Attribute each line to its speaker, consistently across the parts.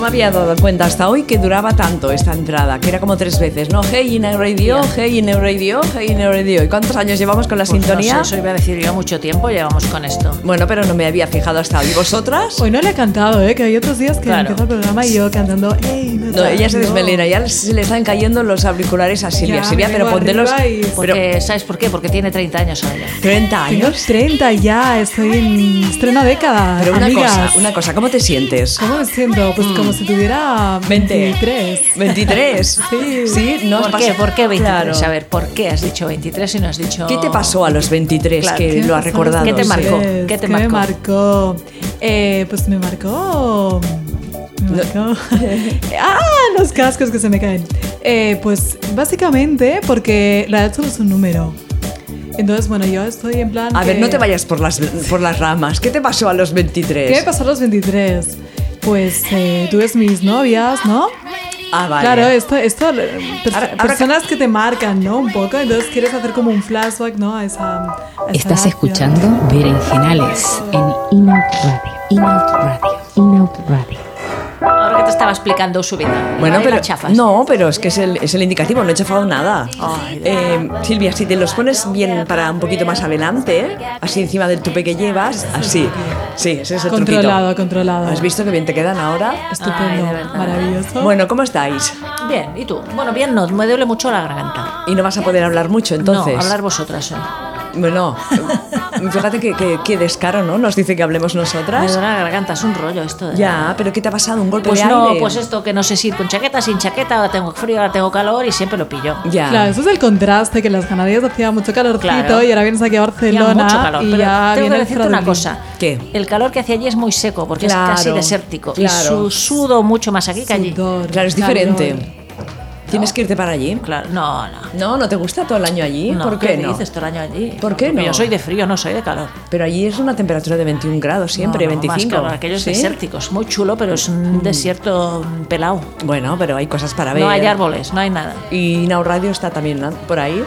Speaker 1: me había dado cuenta hasta hoy que duraba tanto esta entrada, que era como tres veces, ¿no? Hey in Euroradio, hey in Euroradio, hey in Euroradio. ¿Y cuántos años llevamos con la
Speaker 2: Pues
Speaker 1: sintonía?
Speaker 2: No sé, eso iba a decir yo mucho tiempo llevamos con esto.
Speaker 1: Bueno, pero no me había fijado hasta hoy. ¿Vosotras?
Speaker 2: Pues
Speaker 3: Hoy no le he cantado, ¿eh? Que hay otros días que
Speaker 2: Claro.
Speaker 3: empieza el programa y yo cantando. "Ey,
Speaker 1: No, ella se
Speaker 3: no".
Speaker 1: desmelena, ya se le están cayendo los auriculares a Silvia.
Speaker 3: Ya,
Speaker 1: Silvia,
Speaker 3: me
Speaker 1: pero
Speaker 3: vengo
Speaker 1: pontelos.
Speaker 3: arriba y-
Speaker 1: Pero,
Speaker 2: Porque, ¿sabes por qué? Porque tiene 30 años ahora.
Speaker 1: 30
Speaker 3: Tengo
Speaker 1: años.
Speaker 3: 30 ya, estoy en estreno década.
Speaker 1: Pero una
Speaker 3: amigas.
Speaker 1: cosa, una cosa, ¿cómo te sientes?
Speaker 3: ¿Cómo me siento? Pues como si tuviera
Speaker 1: 20.
Speaker 3: 23.
Speaker 1: 23. Sí, no os
Speaker 2: ¿Por qué?
Speaker 1: pasa-
Speaker 2: ¿Por qué 23?
Speaker 1: Claro.
Speaker 2: A ver, ¿por qué has dicho 23 y no has dicho...
Speaker 1: ¿Qué te pasó a los 23
Speaker 2: Claro.
Speaker 1: que
Speaker 3: ¿Qué me
Speaker 1: Eh, lo has
Speaker 3: pasó
Speaker 1: recordado?
Speaker 2: ¿Qué te
Speaker 1: Sí.
Speaker 2: marcó?
Speaker 3: Pues,
Speaker 2: ¿Qué te
Speaker 3: me
Speaker 2: marcó?
Speaker 3: marcó? Eh, pues me marcó. Me marcó. ¡Ah! Los cascos que se me caen. Eh, pues básicamente porque la edad solo es un número. Entonces, bueno, yo estoy en plan.
Speaker 1: A ver,
Speaker 3: que-
Speaker 1: no te vayas por las, por las ramas. ¿Qué te pasó a los 23?
Speaker 3: ¿Qué me pasó a los 23? Pues eh, tuve mis novias, ¿no?
Speaker 1: Ah, vale.
Speaker 3: Claro, esto, esto eh, pers-
Speaker 1: Ahora- ahora-
Speaker 3: personas que te marcan, ¿no? Un poco, entonces quieres hacer como un flashback, ¿no? A esa, a esa edad,
Speaker 4: Estás
Speaker 3: ya.
Speaker 4: escuchando Berenjenales en Inout Radio. Inout Radio. Inout Radio.
Speaker 2: Ahora que te estaba explicando su vida.
Speaker 1: Bueno,
Speaker 2: Ahora
Speaker 1: pero
Speaker 2: la chafas.
Speaker 1: no, pero es que es el, es el indicativo, no he chafado nada.
Speaker 2: Ay,
Speaker 1: Eh, Silvia, si te los pones bien para un poquito más adelante, así encima del tupe que llevas, así. Sí, ese es el truquito.
Speaker 3: Controlado, Ah. controlado.
Speaker 1: ¿Has visto qué bien te quedan ahora?
Speaker 3: Estupendo,
Speaker 2: Ay, de verdad.
Speaker 3: maravilloso.
Speaker 1: Bueno, ¿cómo estáis?
Speaker 2: Bien, ¿y tú? Bueno, bien no, me duele mucho la garganta.
Speaker 1: Y no vas a poder hablar mucho entonces.
Speaker 2: No, hablar vosotras ¿eh? hoy.
Speaker 1: Bueno, fíjate que, que- que descaro, ¿no? Nos dice que hablemos
Speaker 2: Me
Speaker 1: nosotras.
Speaker 2: duele la garganta, es un rollo esto. ¿eh? de-
Speaker 1: Ya, pero ¿qué te ha pasado? ¿Un golpe
Speaker 2: Pues
Speaker 1: de
Speaker 2: no,
Speaker 1: aire?
Speaker 2: pues esto que no sé si ir con chaqueta, sin chaqueta, ahora tengo frío, ahora tengo calor y siempre lo pillo.
Speaker 1: Ya.
Speaker 3: Claro, eso es el contraste, que en las Canarias hacía mucho calorcito
Speaker 2: Claro.
Speaker 3: y ahora vienes aquí a
Speaker 2: Hacía
Speaker 3: Barcelona
Speaker 2: mucho calor,
Speaker 3: y
Speaker 2: pero
Speaker 3: ya
Speaker 2: tengo
Speaker 3: viene
Speaker 2: que
Speaker 3: el
Speaker 2: decirte una
Speaker 3: fradolín.
Speaker 2: cosa.
Speaker 1: ¿Qué?
Speaker 2: El calor que hacia allí es muy seco porque
Speaker 1: Claro,
Speaker 2: es casi desértico. Y
Speaker 1: claro.
Speaker 2: su- sudo mucho más aquí que allí.
Speaker 3: Sudor,
Speaker 1: Claro, es
Speaker 3: calor.
Speaker 1: diferente. ¿Tienes que irte para allí?
Speaker 2: Claro, no, no.
Speaker 1: No, ¿no te gusta todo el año allí?
Speaker 2: no,
Speaker 1: ¿Por qué no?
Speaker 2: dices todo el año allí?
Speaker 1: ¿Por qué
Speaker 2: Porque
Speaker 1: no?
Speaker 2: Yo soy de frío, no soy de calor.
Speaker 1: Pero allí es una temperatura de 21 grados siempre,
Speaker 2: No, no, más
Speaker 1: 25.
Speaker 2: calor, aquello es
Speaker 1: ¿Sí? Mm.
Speaker 2: desértico, es muy chulo, pero es un desierto pelado.
Speaker 1: Bueno, pero hay cosas para ver.
Speaker 2: No hay árboles, no hay nada.
Speaker 1: Y Now Radio está también ¿no? por ahí.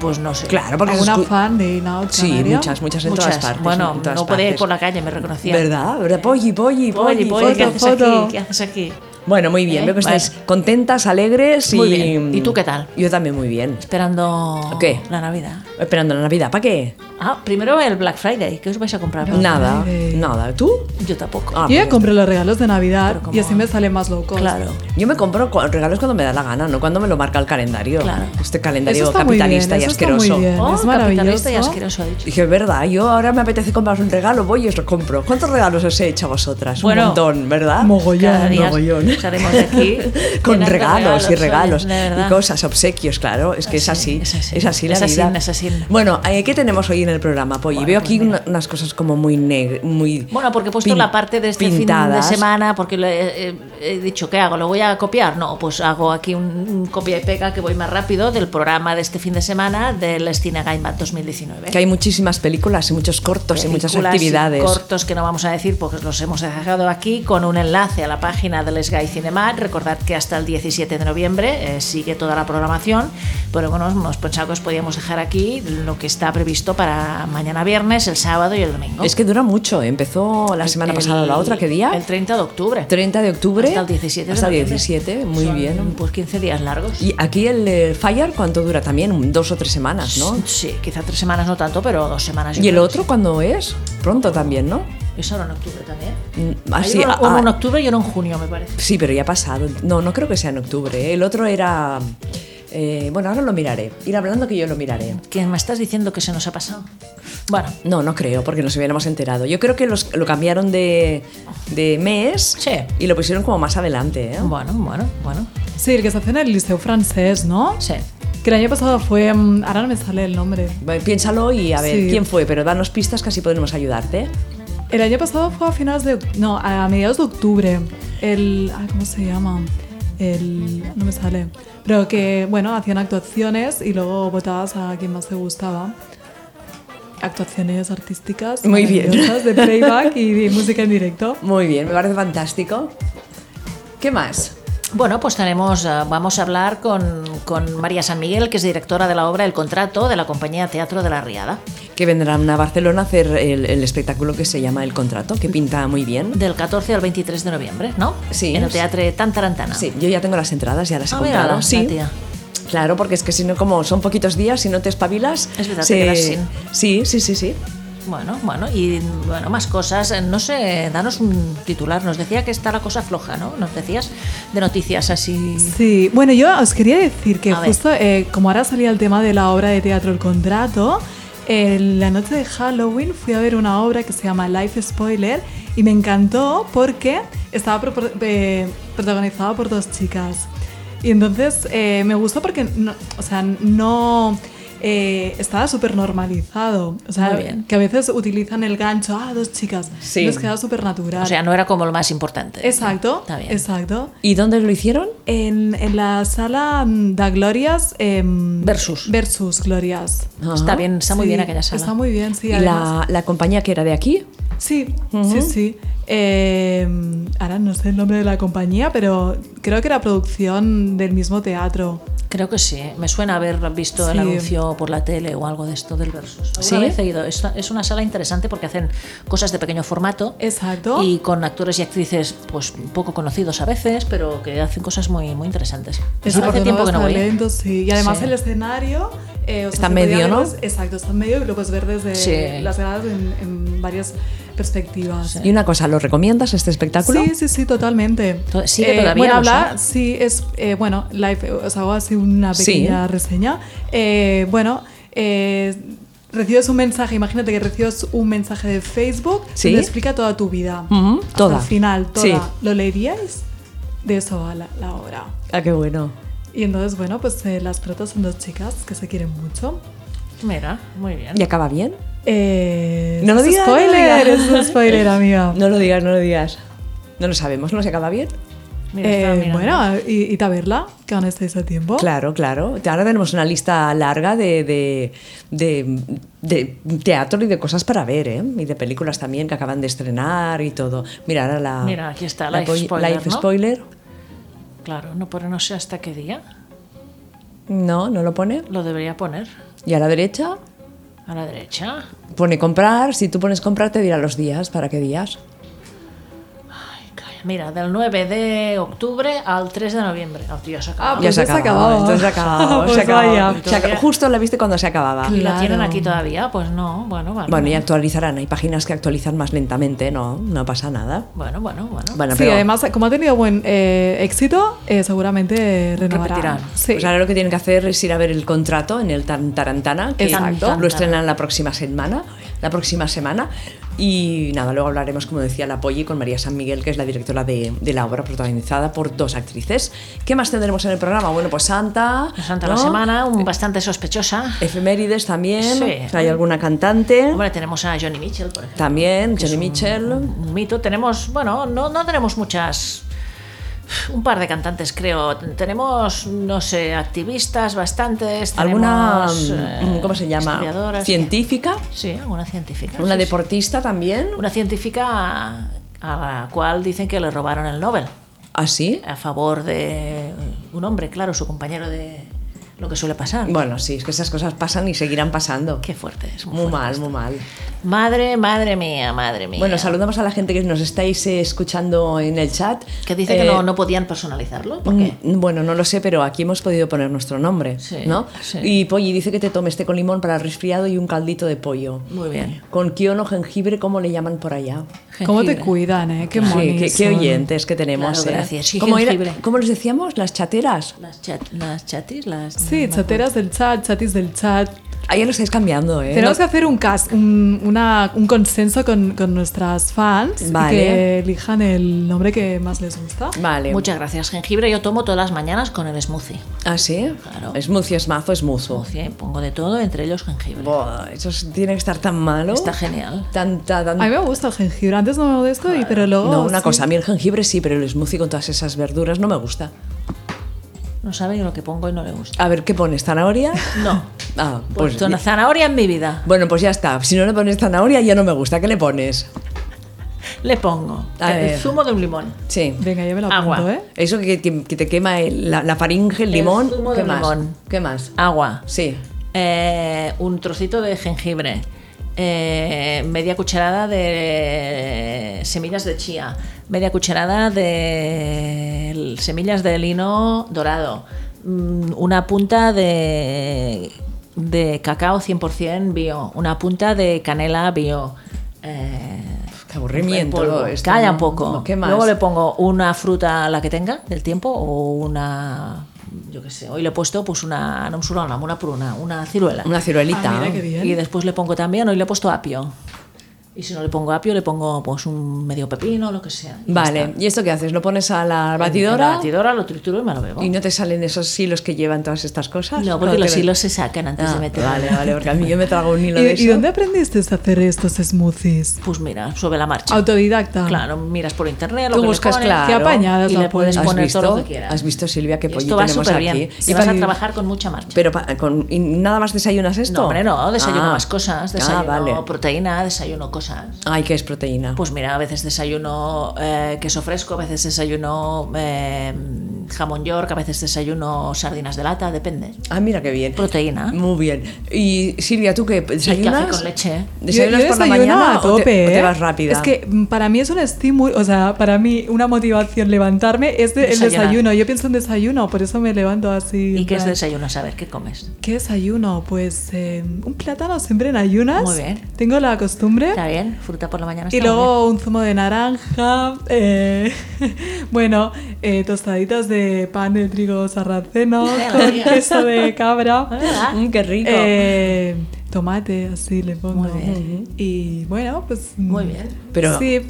Speaker 2: Pues no sé.
Speaker 1: Claro, porque se
Speaker 3: ¿Alguna
Speaker 1: escu-
Speaker 3: fan de Naut
Speaker 1: Sí,
Speaker 3: Canaria?
Speaker 1: muchas, muchas en
Speaker 2: Muchas.
Speaker 1: todas partes.
Speaker 2: bueno,
Speaker 1: en todas
Speaker 2: no podía ir
Speaker 1: partes.
Speaker 2: por la calle, me reconocía.
Speaker 1: ¿Verdad? ¿Verdad? Polly, polly, polly,
Speaker 2: Oye, oye,
Speaker 1: polly.
Speaker 2: ¿qué haces
Speaker 3: foto.
Speaker 2: aquí? ¿Qué haces aquí?
Speaker 1: Bueno, muy bien.
Speaker 2: ¿Eh?
Speaker 1: Veo que
Speaker 2: Vale.
Speaker 1: estáis contentas, alegres y...
Speaker 2: Muy bien. ¿Y tú qué tal?
Speaker 1: Yo también muy bien.
Speaker 2: Esperando
Speaker 1: ¿Qué?
Speaker 2: la Navidad.
Speaker 1: Esperando la Navidad. ¿Para qué?
Speaker 2: Ah, primero el Black Friday. ¿Qué os vais a comprar?
Speaker 1: Nada,
Speaker 3: Friday.
Speaker 1: nada. ¿Tú?
Speaker 2: Yo tampoco.
Speaker 1: Ah,
Speaker 3: Yo ya compro los regalos de Navidad
Speaker 2: Pero como-
Speaker 3: y así me sale más loco.
Speaker 2: claro.
Speaker 1: Yo me compro cu- regalos cuando me da la gana, no cuando me lo marca el calendario.
Speaker 2: Claro.
Speaker 1: Este calendario
Speaker 3: Eso está muy
Speaker 1: capitalista
Speaker 3: bien,
Speaker 1: y
Speaker 3: eso está
Speaker 1: asqueroso.
Speaker 3: muy bien.
Speaker 2: Oh,
Speaker 3: Es
Speaker 2: capitalista y
Speaker 3: maravilloso.
Speaker 2: asqueroso ha dicho.
Speaker 1: Dije, verdad, yo ahora me apetece comprar un regalo, voy y os lo compro. ¿Cuántos regalos os he hecho a vosotras?
Speaker 2: Bueno,
Speaker 1: un montón, ¿verdad?
Speaker 3: mogollón,
Speaker 2: Cada día
Speaker 1: mogollón.
Speaker 2: estaremos de aquí
Speaker 1: Con
Speaker 2: llenas de
Speaker 1: regalos, y regalos
Speaker 2: oye, de verdad.
Speaker 1: y cosas, obsequia, claro, es que es así,
Speaker 2: es así.
Speaker 1: la
Speaker 2: Es así,
Speaker 1: vida.
Speaker 2: es así. pues
Speaker 1: Bueno, eh, ¿qué tenemos hoy en el programa, Polly? Veo aquí una- unas cosas como muy negras, muy
Speaker 2: Bueno, porque he puesto
Speaker 1: pin-
Speaker 2: la parte de este
Speaker 1: pintadas.
Speaker 2: fin de semana, porque le- eh, he dicho, ¿qué hago? ¿Lo voy a copiar? No, pues hago aquí un, un copia y pega que voy más rápido del programa de este fin de semana del Stina Gaiman 2019.
Speaker 1: Que hay muchísimas películas y muchos cortos y Pues muchas
Speaker 2: películas y
Speaker 1: actividades.
Speaker 2: cortos que no vamos a decir porque los hemos dejado aquí con un enlace a la página del Sky Cinema. Recordad que hasta el 17 de noviembre eh, sigue toda la programación, pero bueno, hemos pensado que os podíamos dejar aquí lo que está previsto para mañana viernes, el sábado y el domingo.
Speaker 1: Es que dura mucho, ¿eh? empezó la semana
Speaker 2: El-
Speaker 1: pasada la otra, ¿qué día?
Speaker 2: El 30 de octubre.
Speaker 1: 30 de octubre.
Speaker 2: Hasta el 17 de
Speaker 1: Hasta el
Speaker 2: noviembre.
Speaker 1: 17, muy
Speaker 2: Son,
Speaker 1: bien.
Speaker 2: Pues 15 días largos.
Speaker 1: Y aquí el eh, Fire, ¿cuánto dura también? Un- Dos o tres semanas, ¿no?
Speaker 2: Sí, quizá tres semanas no tanto, pero dos semanas. yo
Speaker 1: ¿Y el
Speaker 2: creo.
Speaker 1: otro cuándo es? Pronto también, ¿no?
Speaker 2: Es ahora en octubre también.
Speaker 1: Mm,
Speaker 2: Hay
Speaker 1: así,
Speaker 2: uno,
Speaker 1: a-
Speaker 2: uno
Speaker 1: a-
Speaker 2: en octubre y uno en junio, me parece.
Speaker 1: Sí, pero ya ha pasado. No, no creo que sea en octubre. ¿eh? El otro era... eh, bueno, ahora lo miraré. Ir hablando que yo lo miraré.
Speaker 2: que me estás diciendo que se nos ha pasado. Bueno,
Speaker 1: No, no creo, porque nos hubiéramos enterado. Yo creo que los, lo cambiaron de, de mes
Speaker 2: Sí.
Speaker 1: y lo pusieron como más adelante. ¿eh?
Speaker 2: bueno, bueno, bueno.
Speaker 3: Sí, el que se hace en el Liceo Francés, ¿no?
Speaker 2: Sí.
Speaker 3: Que el año pasado fue. mm, Ahora no me sale el nombre.
Speaker 1: Bueno, Piénsalo y a ver
Speaker 3: Sí.
Speaker 1: quién fue, pero danos pistas que así podremos ayudarte.
Speaker 3: El año pasado fue a finales de. oc- No, a mediados de octubre. El. ah, ¿Cómo se llama? El. No me sale. Pero que, bueno, hacían actuaciones y luego votabas a quien más te gustaba. Actuaciones artísticas.
Speaker 1: Muy bien.
Speaker 3: maravillosas De playback y de música en directo.
Speaker 1: Muy bien, me parece fantástico. ¿Qué más?
Speaker 2: Bueno, pues tenemos, eh, vamos a hablar con, con María San Miguel, que es directora de la obra El Contrato de la compañía Teatro de la Riada.
Speaker 1: Que vendrán a Barcelona a hacer el, el espectáculo que se llama El Contrato, que pinta muy bien.
Speaker 2: Del 14 al 23 de noviembre, ¿no?
Speaker 1: Sí.
Speaker 2: En el Teatro Tantarantana.
Speaker 1: Sí, yo ya tengo las entradas, ya las he
Speaker 2: Ah, mira,
Speaker 1: comprado.
Speaker 2: la
Speaker 1: Sí.
Speaker 2: tía.
Speaker 1: Claro, porque es que si no, como son poquitos días, si no te espabilas.
Speaker 2: Es verdad, te quedas sin.
Speaker 1: Sí, sí, sí, sí.
Speaker 2: Bueno, bueno, y bueno, más cosas. Eh, No sé, danos un titular. Nos decía que está la cosa floja, ¿no? Nos decías de noticias así.
Speaker 3: Sí, bueno, yo os quería decir que
Speaker 2: A ver.
Speaker 3: justo eh, como ahora salía el tema de la obra de teatro El Contrato, en la noche de Halloween fui a ver una obra que se llama Life Spoiler y me encantó porque estaba propor- eh, protagonizada por dos chicas. Y entonces eh, me gustó porque, no, o sea, no... eh, estaba súper normalizado. O sea,
Speaker 2: Muy bien.
Speaker 3: que a veces utilizan el gancho, ah, dos chicas.
Speaker 1: Sí.
Speaker 3: Nos queda súper natural.
Speaker 2: O sea, no era como lo más importante.
Speaker 3: exacto,
Speaker 2: Está bien.
Speaker 3: exacto.
Speaker 1: ¿Y dónde lo hicieron?
Speaker 3: En, en la sala mm, da Glorias. em,
Speaker 2: Versus.
Speaker 3: Versus Glorias.
Speaker 2: Está bien, está muy
Speaker 3: Sí,
Speaker 2: bien aquella sala.
Speaker 3: Está muy bien, sí.
Speaker 1: ¿Y la,
Speaker 3: además.
Speaker 1: la compañía que era de aquí?
Speaker 3: Sí, sí, sí. Em, ahora no sé el nombre de la compañía, pero creo que era producción del mismo teatro.
Speaker 2: Creo que sí. ¿eh? Me suena haber visto el
Speaker 3: Sí.
Speaker 2: anuncio por la tele o algo de esto del Versus. ¿Alguna
Speaker 1: ¿Sí?
Speaker 2: vez he ido? Es es una sala interesante porque hacen cosas de pequeño formato.
Speaker 3: Exacto.
Speaker 2: Y con actores y actrices, pues poco conocidos a veces, pero que hacen cosas muy, muy interesantes.
Speaker 3: Eso
Speaker 2: Hace
Speaker 3: por
Speaker 2: tiempo
Speaker 3: nuevos
Speaker 2: que no voy. ¿eh?
Speaker 3: talentos, sí. Y además
Speaker 2: Sí.
Speaker 3: el escenario. eh, o
Speaker 1: Está
Speaker 3: sea, se podía
Speaker 1: medio,
Speaker 3: ver
Speaker 1: ¿no?
Speaker 3: des- exacto, está en medio y lo puedes ver desde
Speaker 2: Sí.
Speaker 3: las gradas en, en varias perspectivas.
Speaker 1: Y una cosa, ¿lo recomiendas este espectáculo?
Speaker 3: Sí, sí, sí, totalmente.
Speaker 2: To- sigue
Speaker 3: Eh,
Speaker 2: todavía,
Speaker 3: Bueno,
Speaker 2: ¿no?
Speaker 3: habla, sí, es, eh, bueno, live, os hago así una
Speaker 1: Sí.
Speaker 3: pequeña reseña. Eh, bueno, eh, recibes un mensaje, imagínate que recibes un mensaje de Facebook
Speaker 1: Sí.
Speaker 3: que te explica toda tu vida.
Speaker 1: Ujú,
Speaker 3: Hasta
Speaker 1: toda.
Speaker 3: el final, toda.
Speaker 1: Sí.
Speaker 3: ¿Lo leeríais? De eso va la, la obra.
Speaker 1: Ah, qué bueno.
Speaker 3: Y entonces, bueno, pues eh, las protas son dos chicas que se quieren mucho.
Speaker 2: Mira, muy bien.
Speaker 1: ¿Y acaba bien?
Speaker 3: Eh,
Speaker 1: No lo
Speaker 3: es un
Speaker 1: digas, no lo
Speaker 3: spoiler,
Speaker 1: digas.
Speaker 3: es un spoiler, amiga.
Speaker 1: No lo digas, no lo digas. No lo sabemos, ¿no se acaba bien?
Speaker 2: Mira,
Speaker 3: Eh,
Speaker 2: estaba mirando.
Speaker 3: bueno, y, y a verla, que aún estáis a tiempo.
Speaker 1: Claro, claro. Ahora tenemos una lista larga de, de- de- de teatro y de cosas para ver, ¿eh? Y de películas también que acaban de estrenar y todo. Mira, ahora la.
Speaker 2: Mira, aquí está,
Speaker 1: la
Speaker 2: Life
Speaker 1: poi-
Speaker 2: Spoiler,
Speaker 1: Life
Speaker 2: ¿no?
Speaker 1: Spoiler.
Speaker 2: Claro, no, pero no sé hasta qué día.
Speaker 1: No, no lo pone.
Speaker 2: Lo debería poner
Speaker 1: Y a la derecha
Speaker 2: a la derecha.
Speaker 1: pone comprar. Si tú pones comprar, te dirá los días, para qué días.
Speaker 2: Ay, calla. Mira, del 9 de octubre al 3 de noviembre. Oh, tío, se acaba.
Speaker 3: Ah, pues ya se acababa.
Speaker 1: entonces se acababa,
Speaker 3: Pues
Speaker 1: se acababa.
Speaker 3: vaya.
Speaker 1: Se aca- Justo la viste cuando se acababa.
Speaker 2: ¿Y la tienen
Speaker 3: claro.
Speaker 2: aquí todavía? Pues no, bueno, vale.
Speaker 1: Bueno, y actualizarán. Hay páginas que actualizan más lentamente, no, no pasa nada.
Speaker 2: bueno, bueno, bueno.
Speaker 1: Bueno,
Speaker 3: Sí,
Speaker 1: pero.
Speaker 3: además, como ha tenido buen eh, éxito, eh, seguramente eh, renovarán.
Speaker 2: Repetirán.
Speaker 3: Sí.
Speaker 1: Pues ahora lo que tienen que hacer es ir a ver el contrato en el Tan- Tarantana, que
Speaker 2: Exacto.
Speaker 1: lo estrenan la próxima semana, la próxima semana. Y nada, luego hablaremos, como decía, la Polly con María San Miguel, que es la directora de, de la obra protagonizada por dos actrices. ¿Qué más tendremos en el programa? Bueno, pues Santa.
Speaker 2: Santa
Speaker 1: ¿no? Eh.
Speaker 2: la semana, un bastante sospechosa.
Speaker 1: Efemérides también.
Speaker 2: Sí.
Speaker 1: Hay alguna cantante.
Speaker 2: Hombre, tenemos a Johnny Mitchell, por ejemplo.
Speaker 1: también,
Speaker 2: que es
Speaker 1: Johnny
Speaker 2: un-
Speaker 1: Mitchell.
Speaker 2: Un mito. Tenemos, bueno, no, no tenemos muchas. Un par de cantantes, creo. Tenemos, no sé, activistas bastantes.
Speaker 1: ¿Alguna,
Speaker 2: tenemos, eh,
Speaker 1: mm, cómo se llama?
Speaker 2: historiadoras,
Speaker 1: Científica.
Speaker 2: Sí, alguna científica.
Speaker 1: Una
Speaker 2: sí, sí.
Speaker 1: deportista también.
Speaker 2: Una científica a a la cual dicen que le robaron el Nobel
Speaker 1: ¿Así?
Speaker 2: a favor de un hombre, claro, su compañero de lo que suele pasar.
Speaker 1: Bueno, sí, es que esas cosas pasan y seguirán pasando.
Speaker 2: Qué fuerte es.
Speaker 1: Muy
Speaker 2: fuerte.
Speaker 1: mal, muy mal.
Speaker 2: Madre, madre mía, madre mía.
Speaker 1: Bueno, saludamos a la gente que nos estáis eh, escuchando en el chat.
Speaker 2: Que dice que
Speaker 1: Eh,
Speaker 2: no, no podían personalizarlo. ¿Por qué?
Speaker 1: mm, Bueno, no lo sé, pero aquí hemos podido poner nuestro nombre,
Speaker 2: Sí,
Speaker 1: ¿no?
Speaker 2: sí.
Speaker 1: Y Polly dice que te tomes té con limón para el resfriado y un caldito de pollo.
Speaker 2: Muy bien.
Speaker 1: Con quión o jengibre, ¿cómo le llaman por allá?
Speaker 3: ¿Cómo te
Speaker 2: Jengibre.
Speaker 3: cuidan, eh? Qué
Speaker 1: Sí,
Speaker 3: monis
Speaker 1: qué, qué
Speaker 3: son.
Speaker 1: oyentes que tenemos.
Speaker 2: Claro,
Speaker 1: eh.
Speaker 2: gracias. Sí,
Speaker 1: ¿Cómo, era-
Speaker 2: jengibre.
Speaker 1: cómo les decíamos? ¿Las chateras?
Speaker 2: Las, chat- las chatis, las. pues.
Speaker 3: Sí, chateras del chat, chatis del chat.
Speaker 1: Ahí Ah, lo estáis cambiando, ¿eh?
Speaker 3: Tenemos que
Speaker 1: No-
Speaker 3: hacer un, cas un, una- un consenso con, con nuestras fans y
Speaker 1: Vale.
Speaker 3: que elijan el nombre que más les gusta.
Speaker 1: Vale.
Speaker 2: Muchas gracias, jengibre. Yo tomo todas las mañanas con el smoothie.
Speaker 1: ¿Ah, sí?
Speaker 2: Claro.
Speaker 1: Smoothie es mazo, es muzo.
Speaker 2: Smoothie, pongo de todo, entre ellos jengibre.
Speaker 1: Buah, eso es- tiene que estar tan malo.
Speaker 2: Está genial.
Speaker 1: Tanta, tan-
Speaker 3: A mí me gusta el jengibre. Antes no me gustó, y- pero luego.
Speaker 1: No, una
Speaker 3: sí.
Speaker 1: cosa, a mí el jengibre sí, pero el smoothie con todas esas verduras no me gusta.
Speaker 2: No sabe lo que pongo y no le gusta.
Speaker 1: A ver, ¿qué pones? ¿Zanahoria?
Speaker 2: No.
Speaker 1: Ah,
Speaker 2: He
Speaker 1: pues.
Speaker 2: puesto una zanahoria en mi vida.
Speaker 1: Bueno, pues ya está. Si no le pones zanahoria, ya no me gusta. ¿Qué le pones?
Speaker 2: le pongo
Speaker 1: A
Speaker 2: el
Speaker 1: ver.
Speaker 2: zumo de un limón.
Speaker 1: Sí.
Speaker 3: Venga, yo me lo
Speaker 2: Agua.
Speaker 3: apunto, ¿eh?
Speaker 1: Eso que, que- que te quema el- la, la faringe, el
Speaker 2: El
Speaker 1: limón.
Speaker 2: zumo
Speaker 1: ¿Qué
Speaker 2: de
Speaker 1: más?
Speaker 2: limón.
Speaker 1: ¿Qué más?
Speaker 2: Agua,
Speaker 1: Sí.
Speaker 2: eh, un trocito de jengibre, eh, media cucharada de semillas de chía, media cucharada de semillas de lino dorado, mm, una punta de, de cacao 100% bio, una punta de canela bio. eh,
Speaker 1: Qué aburrimiento.
Speaker 2: en polvo.
Speaker 1: todo esto,
Speaker 2: Calla
Speaker 1: ¿no?
Speaker 2: un poco.
Speaker 1: ¿Qué más?
Speaker 2: Luego le pongo una fruta, la que tenga del tiempo, o una. Yo qué sé, hoy le he puesto pues una. No una, una, una pruna, una ciruela.
Speaker 1: Una ciruelita.
Speaker 3: Ah, mira
Speaker 1: ¿no?
Speaker 3: qué bien.
Speaker 2: y después le pongo también, hoy le he puesto apio. Y si no le pongo apio, le pongo pues un medio pepino, lo que sea. Y ya
Speaker 1: Vale.
Speaker 2: está.
Speaker 1: ¿Y esto qué haces? ¿Lo pones a la
Speaker 2: En la
Speaker 1: batidora?
Speaker 2: batidora lo trituro y me lo bebo.
Speaker 1: ¿Y no te salen esos hilos que llevan todas estas cosas?
Speaker 2: No, porque
Speaker 1: te
Speaker 2: los
Speaker 1: ven-
Speaker 2: hilos se sacan antes
Speaker 1: Ah,
Speaker 2: de meterlo.
Speaker 1: vale, vale, porque a mí yo me trago un hilo de
Speaker 3: ¿Y,
Speaker 1: eso.
Speaker 3: y dónde aprendiste a hacer estos smoothies?
Speaker 2: Pues mira, sobre la marcha.
Speaker 3: Autodidacta.
Speaker 2: Claro, miras por internet,
Speaker 1: Tú
Speaker 2: lo que le
Speaker 1: buscas,
Speaker 2: ponen,
Speaker 1: claro.
Speaker 3: Qué apañadas
Speaker 2: Y le
Speaker 3: la
Speaker 2: puedes
Speaker 1: ¿Has
Speaker 2: poner todo lo que
Speaker 1: visto?
Speaker 2: quieras.
Speaker 1: ¿Has visto, Silvia, qué pollo
Speaker 2: Esto va
Speaker 1: tenemos
Speaker 2: súper
Speaker 1: aquí?
Speaker 2: bien.
Speaker 1: pues, Y
Speaker 2: Y vas a
Speaker 1: para-
Speaker 2: trabajar con mucha marcha.
Speaker 1: Pero pa- con, ¿y ¿nada más desayunas esto?
Speaker 2: no, hombre, no, desayuno
Speaker 1: Ah.
Speaker 2: más cosas, desayuno
Speaker 1: Ah, vale.
Speaker 2: proteína, desayuno cosas.
Speaker 1: Ay, que es proteína.
Speaker 2: Pues mira, a veces desayuno eh, queso fresco, a veces desayuno eh, jamón york, a veces desayuno sardinas de lata, depende.
Speaker 1: ah, mira qué bien.
Speaker 2: Proteína.
Speaker 1: Muy bien. Y Silvia, ¿tú qué desayunas?
Speaker 2: con leche.
Speaker 3: Yo, yo
Speaker 1: ¿Desayunas por la
Speaker 3: desayuno
Speaker 1: mañana
Speaker 3: a tope,
Speaker 1: o, te, o te
Speaker 3: ¿eh?
Speaker 1: vas rápida?
Speaker 3: Es que mm, para mí es un estímulo, o sea, para mí una motivación levantarme es de- el
Speaker 2: Desayunar.
Speaker 3: desayuno. Yo pienso en desayuno, por eso me levanto así.
Speaker 2: ¿Y
Speaker 3: en
Speaker 2: qué es
Speaker 3: plan-
Speaker 2: desayuno? A ver, ¿qué comes?
Speaker 3: ¿Qué desayuno? Pues eh, un plátano siempre en ayunas.
Speaker 2: Muy bien.
Speaker 3: Tengo la costumbre.
Speaker 2: ¿Está bien? ¿Fruta por la mañana?
Speaker 3: Y
Speaker 2: está muy
Speaker 3: luego un zumo de naranja, eh, bueno, eh, tostaditas de pan de trigo sarraceno,
Speaker 2: Qué Ah,
Speaker 3: con
Speaker 2: rico.
Speaker 3: queso de cabra,
Speaker 2: bien. ¿Verdad?
Speaker 1: Mm, qué rico.
Speaker 3: eh, tomate, así le pongo.
Speaker 2: Muy bien.
Speaker 3: Y bueno, pues...
Speaker 2: Muy bien.
Speaker 1: Pero-
Speaker 3: Sí,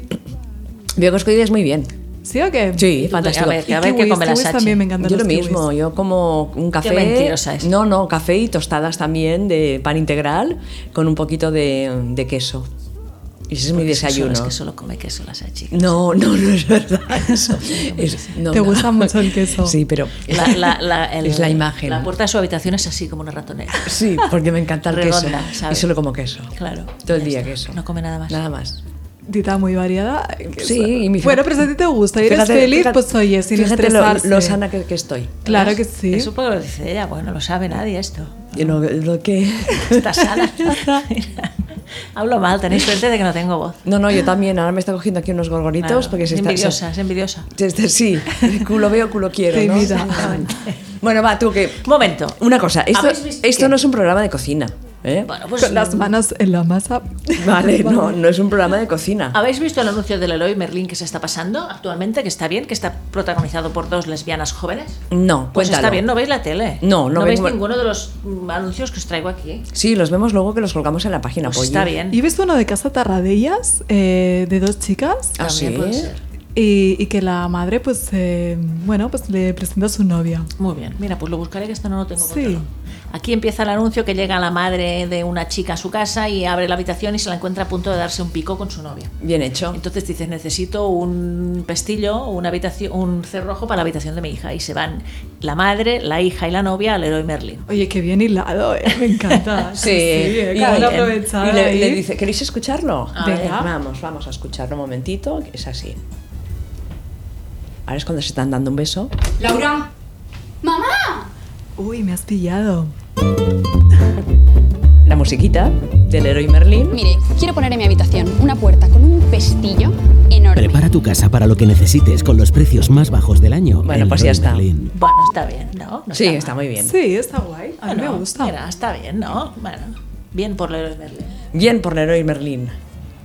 Speaker 1: Veo que os cuidáis muy bien.
Speaker 3: ¿sí o qué?
Speaker 1: Sí,
Speaker 2: tú,
Speaker 1: fantástico.
Speaker 2: a ver,
Speaker 3: Y kiwis,
Speaker 2: qué come la
Speaker 3: kiwis
Speaker 2: Sachi?
Speaker 3: también me encantan
Speaker 1: Yo lo
Speaker 3: los kiwis.
Speaker 1: mismo, yo como un café.
Speaker 2: mentirosa es.
Speaker 1: No, no, café y tostadas también de pan integral con un poquito de, de queso. Y ese es mi
Speaker 2: Porque eso
Speaker 1: desayuno.
Speaker 2: Es que solo come queso la Sachi.
Speaker 1: No, no, no es verdad eso. Es- no,
Speaker 3: Te
Speaker 1: no.
Speaker 3: gusta mucho el queso.
Speaker 1: Sí, pero
Speaker 2: La, la- la- el-
Speaker 1: es la imagen.
Speaker 2: La puerta de su habitación es así como una ratonera.
Speaker 1: Sí, porque me encanta el
Speaker 2: Redonda,
Speaker 1: queso.
Speaker 2: ¿sabes?
Speaker 1: Y solo como queso.
Speaker 2: Claro.
Speaker 1: Todo el
Speaker 2: Ya
Speaker 1: día
Speaker 2: está.
Speaker 1: queso.
Speaker 2: No come nada más.
Speaker 1: Nada más.
Speaker 3: Dita muy variada. que
Speaker 1: Sí,
Speaker 3: es-
Speaker 1: y mi-
Speaker 3: Bueno, pero si a ti te gusta y eres
Speaker 1: Fíjate-
Speaker 3: feliz,
Speaker 1: fíjate-
Speaker 3: pues oye, sin
Speaker 1: fíjate lo-
Speaker 3: estresarse.
Speaker 1: lo sana que, que estoy.
Speaker 3: Claro que sí.
Speaker 2: Eso porque lo dice ella, bueno, no lo sabe nadie esto.
Speaker 1: Y lo- lo que...
Speaker 2: Está sana. Hablo mal, tenéis suerte de que no tengo voz.
Speaker 1: No, no, yo también. Ahora me está cogiendo aquí unos gorgoritos
Speaker 2: Claro,
Speaker 1: porque se
Speaker 2: es
Speaker 1: está...
Speaker 2: envidiosa, es envidiosa.
Speaker 1: se- se- sí, culo veo, culo quiero,
Speaker 3: Te
Speaker 1: ¿no?
Speaker 3: imita.
Speaker 2: Exactamente.
Speaker 1: Bueno, va, tú que...
Speaker 2: Un momento.
Speaker 1: Una cosa, esto,
Speaker 2: ¿Habéis visto
Speaker 1: esto
Speaker 2: qué?
Speaker 1: no es un programa de cocina, ¿eh?
Speaker 2: Bueno, pues
Speaker 3: Con las manos en la masa.
Speaker 1: Vale, no, no es un programa de cocina.
Speaker 2: ¿Habéis visto el anuncio del Eloy Merlin que se está pasando actualmente, que está bien, que está protagonizado por dos lesbianas jóvenes?
Speaker 1: No,
Speaker 2: Pues
Speaker 1: cuéntalo.
Speaker 2: está bien, no veis la tele.
Speaker 1: No, no
Speaker 2: veis
Speaker 1: vengo-
Speaker 2: ninguno de los mm, anuncios que os traigo aquí.
Speaker 1: Sí, los vemos luego que los colgamos en la página.
Speaker 2: Pues
Speaker 1: Polly.
Speaker 2: está bien.
Speaker 3: Y he visto uno de Casa Tarradellas, eh, de dos chicas,
Speaker 1: Ah,
Speaker 2: También
Speaker 1: sí.
Speaker 2: puede ser.
Speaker 3: y, y que la madre, pues, eh, bueno, pues le presenta a su novia.
Speaker 2: Muy bien, mira, pues lo buscaré que esto no lo tengo
Speaker 3: Sí.
Speaker 2: controlado. Aquí empieza el anuncio que llega la madre de una chica a su casa y abre la habitación y se la encuentra a punto de darse un pico con su novia.
Speaker 1: Bien hecho.
Speaker 2: Entonces dices, necesito un pestillo, una habitación, un cerrojo para la habitación de mi hija. Y se van la madre, la hija y la novia al Leroy Merlin.
Speaker 3: Oye, qué bien hilado, eh, me encanta.
Speaker 1: Sí,
Speaker 3: eh,
Speaker 1: y-
Speaker 3: claro,
Speaker 1: y-
Speaker 3: aprovechar
Speaker 1: y le,
Speaker 3: ahí.
Speaker 1: le dice, ¿queréis escucharlo?
Speaker 2: A
Speaker 1: Venga,
Speaker 3: ver.
Speaker 1: vamos, vamos a escucharlo un momentito, que es así. Ahora es cuando se están dando un beso.
Speaker 5: Laura. ¡Mamá!
Speaker 3: Uy, me has pillado.
Speaker 1: La musiquita del héroe Merlin.
Speaker 5: Mire, quiero poner en mi habitación una puerta con un pestillo enorme.
Speaker 6: Prepara tu casa para lo que necesites con los precios más bajos del año.
Speaker 1: Bueno,
Speaker 6: en
Speaker 1: pues ya
Speaker 6: Leroy
Speaker 1: está.
Speaker 6: Merlin.
Speaker 2: Bueno, está bien, ¿no? No
Speaker 1: Sí,
Speaker 2: mal.
Speaker 1: está muy bien.
Speaker 3: Sí, está guay, a mí
Speaker 2: Bueno,
Speaker 3: me gusta.
Speaker 2: mira, está bien, ¿no? Bueno, bien por Leroy Merlin.
Speaker 1: Bien por Leroy Merlin. ¿Ya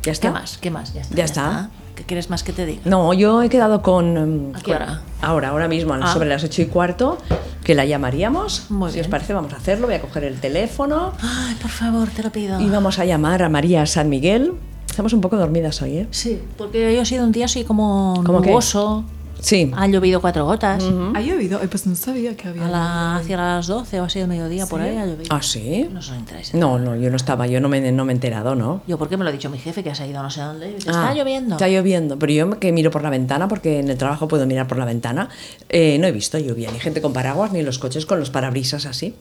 Speaker 2: ¿Qué
Speaker 1: está?
Speaker 2: más? ¿Qué más? Ya está.
Speaker 1: Ya está.
Speaker 2: ¿Qué quieres más que te diga?
Speaker 1: No, yo he quedado con...
Speaker 2: ¿A
Speaker 1: mm,
Speaker 2: qué hora?
Speaker 1: Ahora, ahora mismo,
Speaker 2: Ah.
Speaker 1: sobre las ocho y cuarto, que la llamaríamos.
Speaker 2: Muy
Speaker 1: si
Speaker 2: bien.
Speaker 1: os parece, vamos a hacerlo. Voy a coger el teléfono
Speaker 2: Ay, por favor, te lo pido.
Speaker 1: y vamos a llamar a María San Miguel. Estamos un poco dormidas hoy, ¿eh?
Speaker 2: Sí, porque hoy ha sido un día así como
Speaker 1: ¿Cómo qué?
Speaker 2: nuboso.
Speaker 1: Sí.
Speaker 2: Han llovido cuatro gotas.
Speaker 3: ¿Ha llovido? Eh, pues no sabía que había.
Speaker 2: A la- hacia las 12 o así del mediodía, por ahí ha llovido.
Speaker 1: ¿Ah, sí?
Speaker 2: No os interesa.
Speaker 1: No, no, yo no estaba, yo no me, no me he enterado, ¿no?
Speaker 2: Yo, porque me lo ha dicho mi jefe que has ido no sé dónde? Y dice,
Speaker 1: Ah,
Speaker 2: está lloviendo.
Speaker 1: Está lloviendo, pero yo que miro por la ventana, porque en el trabajo puedo mirar por la ventana, eh, no he visto lluvia, ni gente con paraguas, ni los coches con los parabrisas así.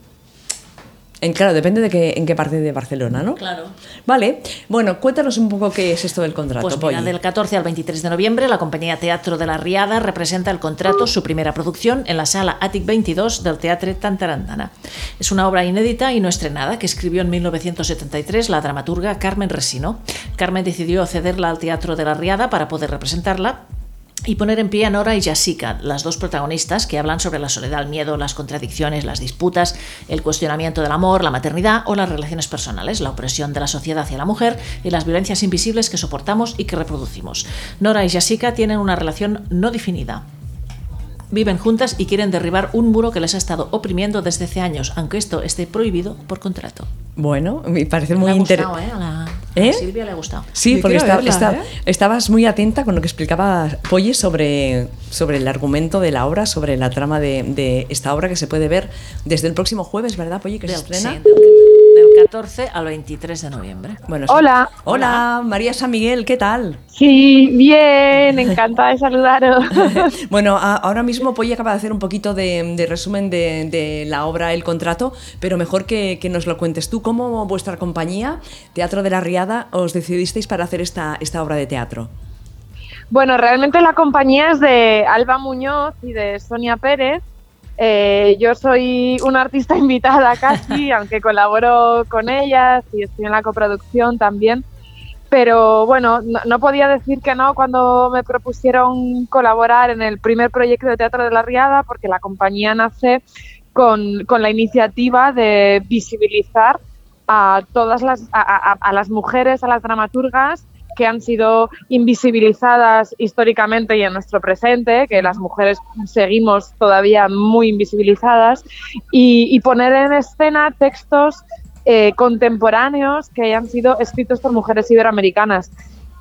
Speaker 1: En, claro, depende de qué, en qué parte de Barcelona, ¿no?
Speaker 2: Claro.
Speaker 1: Vale, bueno, cuéntanos un poco qué es esto del contrato,
Speaker 2: Pues mira,
Speaker 1: Polly.
Speaker 2: del 14 al 23 de noviembre, la compañía Teatro de la Riada representa el contrato, su primera producción, en la sala Attic 22 del Teatre Tantarandana. Es una obra inédita y no estrenada que escribió en 1973 la dramaturga Carmen Resino. Carmen decidió cederla al Teatro de la Riada para poder representarla, y poner en pie a Nora y Jessica, las dos protagonistas que hablan sobre la soledad, el miedo, las contradicciones, las disputas, el cuestionamiento del amor, la maternidad o las relaciones personales, la opresión de la sociedad hacia la mujer y las violencias invisibles que soportamos y que reproducimos. Nora y Jessica tienen una relación no definida. Viven juntas y quieren derribar un muro que les ha estado oprimiendo desde hace años, aunque esto esté prohibido por contrato.
Speaker 1: Bueno, me parece muy
Speaker 2: Le ha
Speaker 1: interesante.
Speaker 2: gustado, ¿eh? A la- a
Speaker 1: ¿Eh?
Speaker 2: Silvia le ha gustado.
Speaker 1: Sí,
Speaker 3: Yo
Speaker 1: porque
Speaker 3: quiero
Speaker 1: esta-
Speaker 3: verla,
Speaker 1: esta-
Speaker 3: ¿eh?
Speaker 1: estabas muy atenta con lo que explicaba Polle sobre, sobre el argumento de la obra, sobre la trama de, de esta obra que se puede ver desde el próximo jueves, ¿verdad, Polle, que se
Speaker 2: Del,
Speaker 1: estrena?
Speaker 2: sí, del- del 14 al 23 de noviembre.
Speaker 1: Bueno,
Speaker 7: Hola.
Speaker 1: sí. Hola, María San Miguel, ¿qué tal?
Speaker 7: Sí, bien, encantada de saludaros.
Speaker 1: Bueno, a- ahora mismo Polly acaba de hacer un poquito de, de resumen de, de la obra El Contrato, pero mejor que, que nos lo cuentes tú. ¿Cómo vuestra compañía, Teatro de la Riada, os decidisteis para hacer esta, esta obra de teatro?
Speaker 7: Bueno, realmente la compañía es de Alba Muñoz y de Sonia Pérez. Eh, yo soy una artista invitada casi, aunque colaboro con ellas y estoy en la coproducción también. Pero bueno, no, no podía decir que no cuando me propusieron colaborar en el primer proyecto de Teatro de la Riada, porque la compañía nace con, con la iniciativa de visibilizar a todas las, a- a- a- a las mujeres, a las dramaturgas que han sido invisibilizadas históricamente y en nuestro presente, que las mujeres seguimos todavía muy invisibilizadas, y, y poner en escena textos eh, contemporáneos que hayan sido escritos por mujeres iberoamericanas.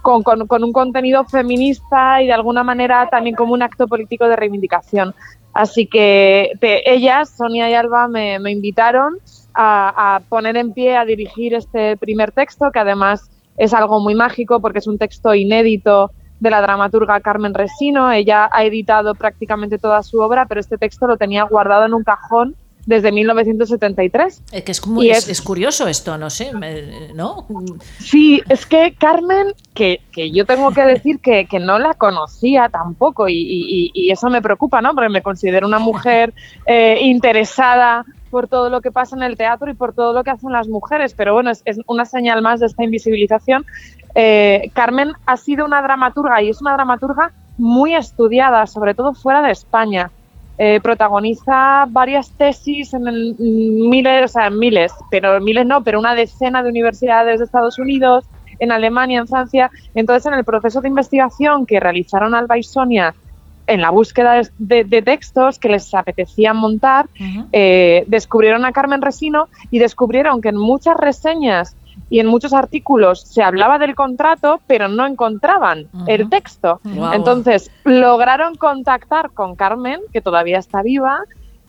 Speaker 7: Con, con- con un contenido feminista y de alguna manera también como un acto político de reivindicación. Así que te- ellas, Sonia y Alba, me, me invitaron a- a poner en pie, a dirigir este primer texto, que además es algo muy mágico porque es un texto inédito de la dramaturga Carmen Resino. Ella ha editado prácticamente toda su obra, pero este texto lo tenía guardado en un cajón desde 1973.
Speaker 2: Eh, que es, como-
Speaker 7: Y
Speaker 2: es,
Speaker 7: es-
Speaker 2: es curioso esto, no sé, me- ¿no?
Speaker 7: Sí, es que Carmen, que, que yo tengo que decir que, que no la conocía tampoco y, y- y eso me preocupa, ¿no? Porque me considero una mujer eh, interesada por todo lo que pasa en el teatro y por todo lo que hacen las mujeres, pero bueno, es, es una señal más de esta invisibilización. Eh, Carmen ha sido una dramaturga y es una dramaturga muy estudiada, sobre todo fuera de España. Eh, protagoniza varias tesis en el- mm, miles, o sea, en miles, pero miles no, pero una decena de universidades de Estados Unidos, en Alemania, en Francia. Entonces, en el proceso de investigación que realizaron Alba y Sonia en la búsqueda de, de- de textos que les apetecía montar,
Speaker 2: Ujú.
Speaker 7: eh, descubrieron a Carmen Resino y descubrieron que en muchas reseñas y en muchos artículos se hablaba del contrato, pero no encontraban
Speaker 2: Ujú.
Speaker 7: el texto.
Speaker 1: Guau.
Speaker 7: Entonces, lograron contactar con Carmen, que todavía está viva,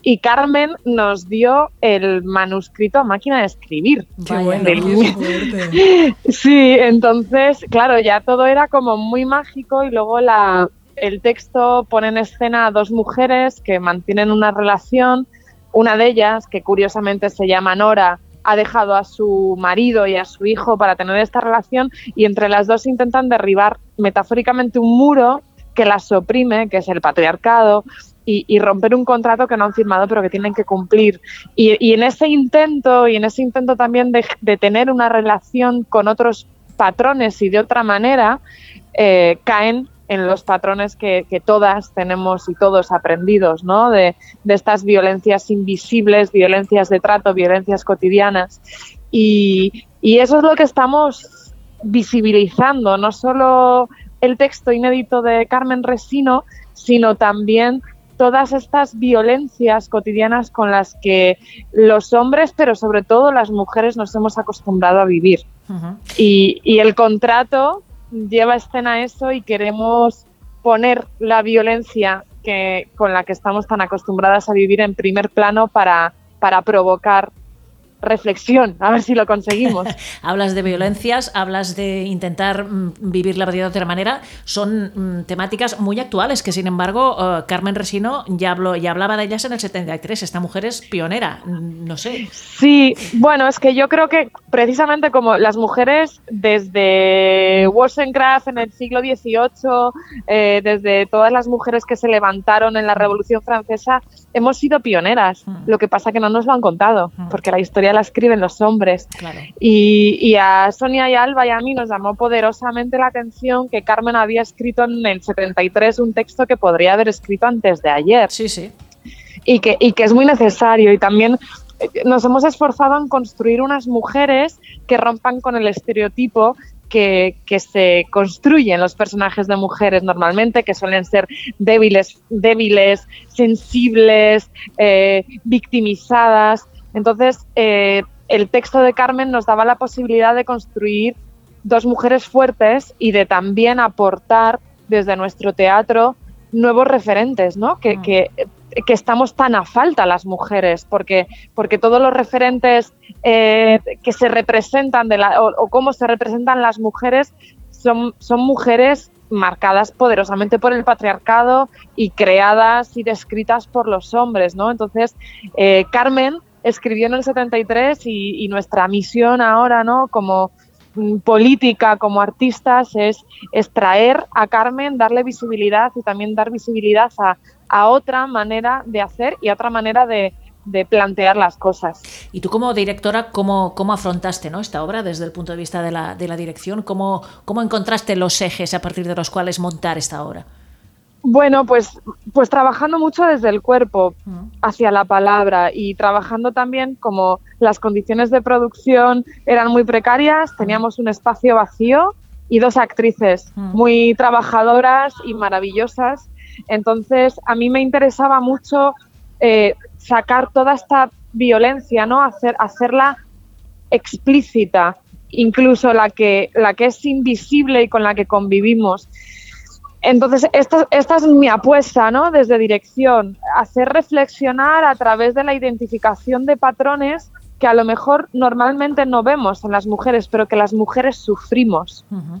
Speaker 7: y Carmen nos dio el manuscrito a máquina de escribir.
Speaker 1: Qué
Speaker 2: Vaya.
Speaker 1: bueno.
Speaker 7: Del-
Speaker 3: Qué fuerte.
Speaker 7: Sí, entonces, claro, ya todo era como muy mágico y luego la, el texto pone en escena a dos mujeres que mantienen una relación. Una de ellas, que curiosamente se llama Nora, ha dejado a su marido y a su hijo para tener esta relación y entre las dos intentan derribar metafóricamente un muro que las oprime, que es el patriarcado, y, y romper un contrato que no han firmado pero que tienen que cumplir. Y, y en ese intento, y en ese intento también de, de tener una relación con otros patrones y de otra manera, eh, caen en los patrones que, que todas tenemos y todos aprendidos, ¿no? De, de estas violencias invisibles, violencias de trato, violencias cotidianas. Y, y eso es lo que estamos visibilizando, no solo el texto inédito de Carmen Resino, sino también todas estas violencias cotidianas con las que los hombres, pero sobre todo las mujeres, nos hemos acostumbrado a vivir.
Speaker 2: Ujú.
Speaker 7: Y, y el contrato lleva a escena eso y queremos poner la violencia que, con la que estamos tan acostumbradas a vivir en primer plano para, para provocar reflexión, a ver si lo conseguimos.
Speaker 2: hablas de violencias, hablas de intentar mm, vivir la vida de otra manera, son mm, temáticas muy actuales que sin embargo eh, Carmen Resino ya, habló, ya hablaba de ellas en el 73, esta mujer es pionera, mm, no sé.
Speaker 7: Sí, bueno, es que yo creo que precisamente como las mujeres desde Wollstonecraft en el siglo XVIII, eh, desde todas las mujeres que se levantaron en la Revolución Francesa, hemos sido pioneras. Lo que pasa que no nos lo han contado, porque la historia la escriben los hombres.
Speaker 2: Claro.
Speaker 7: Y, y a Sonia y a Alba y a mí nos llamó poderosamente la atención que Carmen había escrito en el 73 un texto que podría haber escrito antes de ayer
Speaker 2: Sí, sí.
Speaker 7: y que, y que es muy necesario. Y también eh, nos hemos esforzado en construir unas mujeres que rompan con el estereotipo. Que, que se construyen los personajes de mujeres normalmente, que suelen ser débiles, débiles, sensibles, eh, victimizadas. Entonces, eh, el texto de Carmen nos daba la posibilidad de construir dos mujeres fuertes y de también aportar desde nuestro teatro nuevos referentes, ¿no? Que,
Speaker 2: Mm.
Speaker 7: que- que estamos tan a falta las mujeres, porque, porque todos los referentes eh, que se representan de la- o, o cómo se representan las mujeres son, son mujeres marcadas poderosamente por el patriarcado y creadas y descritas por los hombres, ¿no? Entonces, eh, Carmen escribió en el 73 y, y nuestra misión ahora, ¿no? Como mm, política, como artistas, es, es traer a Carmen, darle visibilidad y también dar visibilidad a, a otra manera de hacer y a otra manera de, de plantear las cosas.
Speaker 2: Y tú como directora, ¿cómo, cómo afrontaste ¿no? esta obra desde el punto de vista de la, de la dirección? ¿Cómo, ¿Cómo encontraste los ejes a partir de los cuales montar esta obra?
Speaker 7: Bueno, pues, pues trabajando mucho desde el cuerpo
Speaker 2: Mm.
Speaker 7: hacia la palabra y trabajando también como las condiciones de producción eran muy precarias, teníamos un espacio vacío y dos actrices
Speaker 2: Mm.
Speaker 7: muy trabajadoras y maravillosas. Entonces, a mí me interesaba mucho eh, sacar toda esta violencia, ¿no? Hacer, hacerla explícita, incluso la que, la que es invisible y con la que convivimos. Entonces, esta, esta es mi apuesta, ¿no? Desde dirección, hacer reflexionar a través de la identificación de patrones que a lo mejor normalmente no vemos en las mujeres, pero que las mujeres sufrimos.
Speaker 2: Ujú.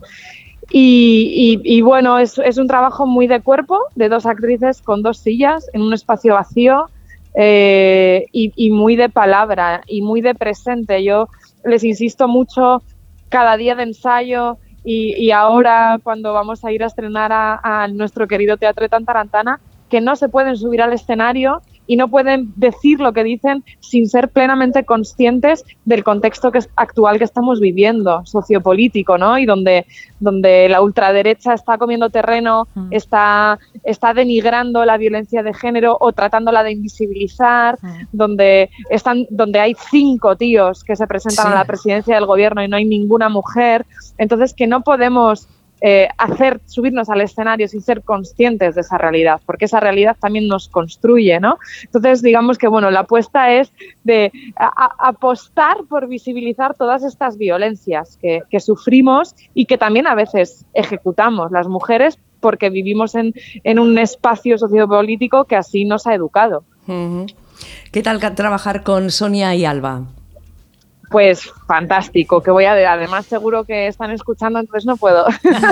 Speaker 7: Y, y- y bueno, es, es un trabajo muy de cuerpo, de dos actrices con dos sillas, en un espacio vacío eh, y, y muy de palabra y muy de presente. Yo les insisto mucho cada día de ensayo y, y ahora cuando vamos a ir a estrenar a, a nuestro querido Teatro de Tantarantana, que no se pueden subir al escenario y no pueden decir lo que dicen sin ser plenamente conscientes del contexto que es- actual que estamos viviendo, sociopolítico, ¿no? Y donde, donde la ultraderecha está comiendo terreno,
Speaker 2: Mm.
Speaker 7: está, está denigrando la violencia de género o tratándola de invisibilizar,
Speaker 2: Mm.
Speaker 7: donde, están, donde hay cinco tíos que se presentan
Speaker 1: Sí.
Speaker 7: a la presidencia del gobierno y no hay ninguna mujer. Entonces, que no podemos eh, hacer subirnos al escenario sin ser conscientes de esa realidad, porque esa realidad también nos construye, ¿no? Entonces, digamos que bueno, la apuesta es de a- a- apostar por visibilizar todas estas violencias que, que sufrimos y que también a veces ejecutamos las mujeres porque vivimos en, en un espacio sociopolítico que así nos ha educado.
Speaker 1: Ujú. ¿Qué tal ca- trabajar con Sonia y Alba?
Speaker 7: Pues fantástico, que voy a además seguro que están escuchando, entonces no puedo,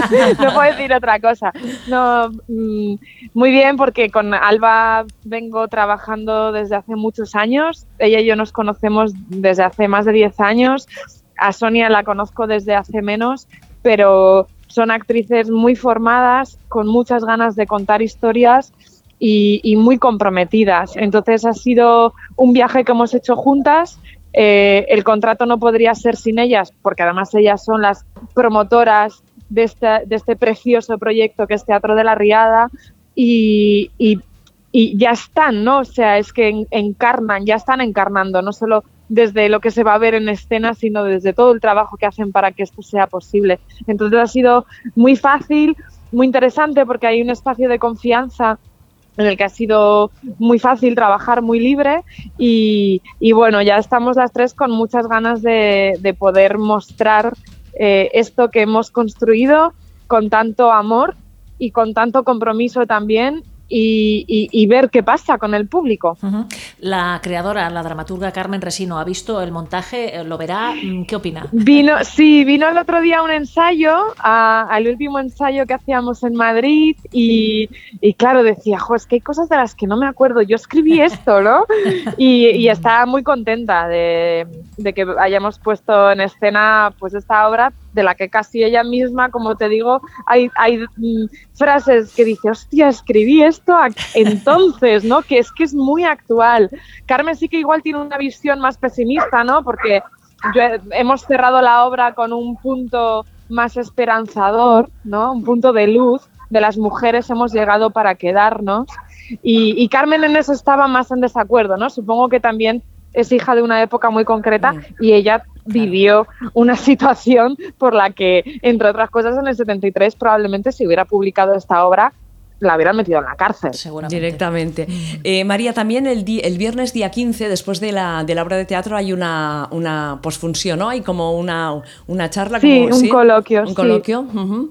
Speaker 7: no puedo decir otra cosa. No, mm, muy bien, porque con Alba vengo trabajando desde hace muchos años. Ella y yo nos conocemos desde hace más de 10 años. A Sonia la conozco desde hace menos, pero son actrices muy formadas, con muchas ganas de contar historias y, y muy comprometidas. Entonces ha sido un viaje que hemos hecho juntas. Eh, el contrato no podría ser sin ellas, porque además ellas son las promotoras de este, de este precioso proyecto que es Teatro de la Riada y, y- y ya están, ¿no? O sea, es que en- encarnan, ya están encarnando, no solo desde lo que se va a ver en escena, sino desde todo el trabajo que hacen para que esto sea posible. Entonces ha sido muy fácil, muy interesante, porque hay un espacio de confianza en el que ha sido muy fácil trabajar, muy libre y, y bueno, ya estamos las tres con muchas ganas de, de poder mostrar eh, esto que hemos construido con tanto amor y con tanto compromiso también y, y- y ver qué pasa con el público.
Speaker 2: Ujú. La creadora, la dramaturga Carmen Resino, ¿ha visto el montaje? Eh, ¿Lo verá? Mm, ¿Qué opina?
Speaker 7: Vino, sí, vino el otro día un ensayo, a- al último ensayo que hacíamos en Madrid y, y claro, decía, jo, es que hay cosas de las que no me acuerdo, yo escribí esto, ¿no? Y, y estaba muy contenta de, de que hayamos puesto en escena pues esta obra de la que casi ella misma, como te digo, hay, hay mm, frases que dice, hostia, escribí esto a- entonces, ¿no? Que es que es muy actual. Carmen sí que igual tiene una visión más pesimista, ¿no? Porque yo he- hemos cerrado la obra con un punto más esperanzador, ¿no? Un punto de luz de las mujeres hemos llegado para quedarnos. Y, y Carmen en eso estaba más en desacuerdo, ¿no? Supongo que también es hija de una época muy concreta
Speaker 1: Bien.
Speaker 7: y ella vivió una situación por la que, entre otras cosas, en el 73 probablemente si hubiera publicado esta obra la hubieran metido en la cárcel.
Speaker 2: Seguramente.
Speaker 1: Directamente. Eh, María, también el, di- el viernes día 15, después de la, de la obra de teatro, hay una, una posfunción, ¿no? Hay como una, una charla.
Speaker 7: Sí,
Speaker 1: como-
Speaker 7: un coloquio,
Speaker 1: Un
Speaker 7: sí.
Speaker 1: coloquio. ujú.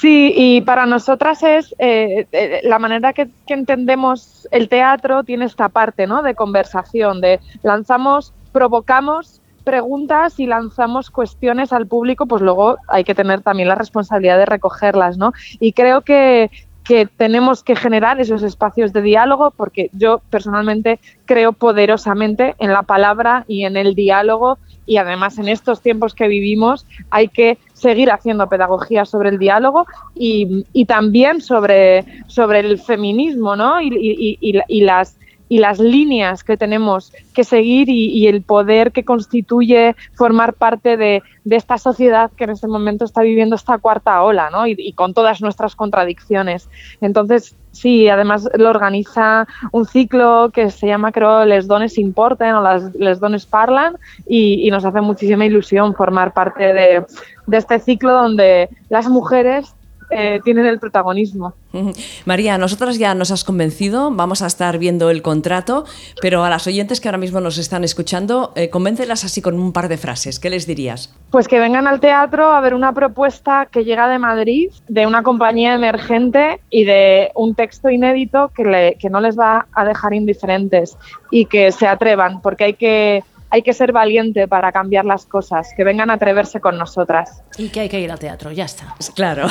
Speaker 7: Sí, y para nosotras es eh, eh, la manera que, que entendemos el teatro tiene esta parte, ¿no? De conversación, de lanzamos, provocamos preguntas y lanzamos cuestiones al público, pues luego hay que tener también la responsabilidad de recogerlas, ¿no? Y creo que, que tenemos que generar esos espacios de diálogo porque yo personalmente creo poderosamente en la palabra y en el diálogo y además en estos tiempos que vivimos hay que seguir haciendo pedagogía sobre el diálogo y, y también sobre, sobre el feminismo ¿no? y, y- y- y la- y las, y las líneas que tenemos que seguir y, y el poder que constituye formar parte de, de esta sociedad que en este momento está viviendo esta cuarta ola ¿no? y, y con todas nuestras contradicciones. Entonces, sí, además lo organiza un ciclo que se llama, creo, Les Dones Importen o las, Les Dones Parlan y, y nos hace muchísima ilusión formar parte de, de este ciclo donde las mujeres eh, tienen el protagonismo.
Speaker 1: Ujú. María, a nosotras ya nos has convencido, vamos a estar viendo el contrato, pero a las oyentes que ahora mismo nos están escuchando, eh, convéncelas así con un par de frases. ¿Qué les dirías?
Speaker 7: Pues que vengan al teatro a ver una propuesta que llega de Madrid, de una compañía emergente y de un texto inédito que, le- que no les va a dejar indiferentes y que se atrevan, porque hay que, hay que ser valiente para cambiar las cosas, que vengan a atreverse con nosotras.
Speaker 2: Y que hay que ir al teatro, ya está.
Speaker 1: Pues Claro,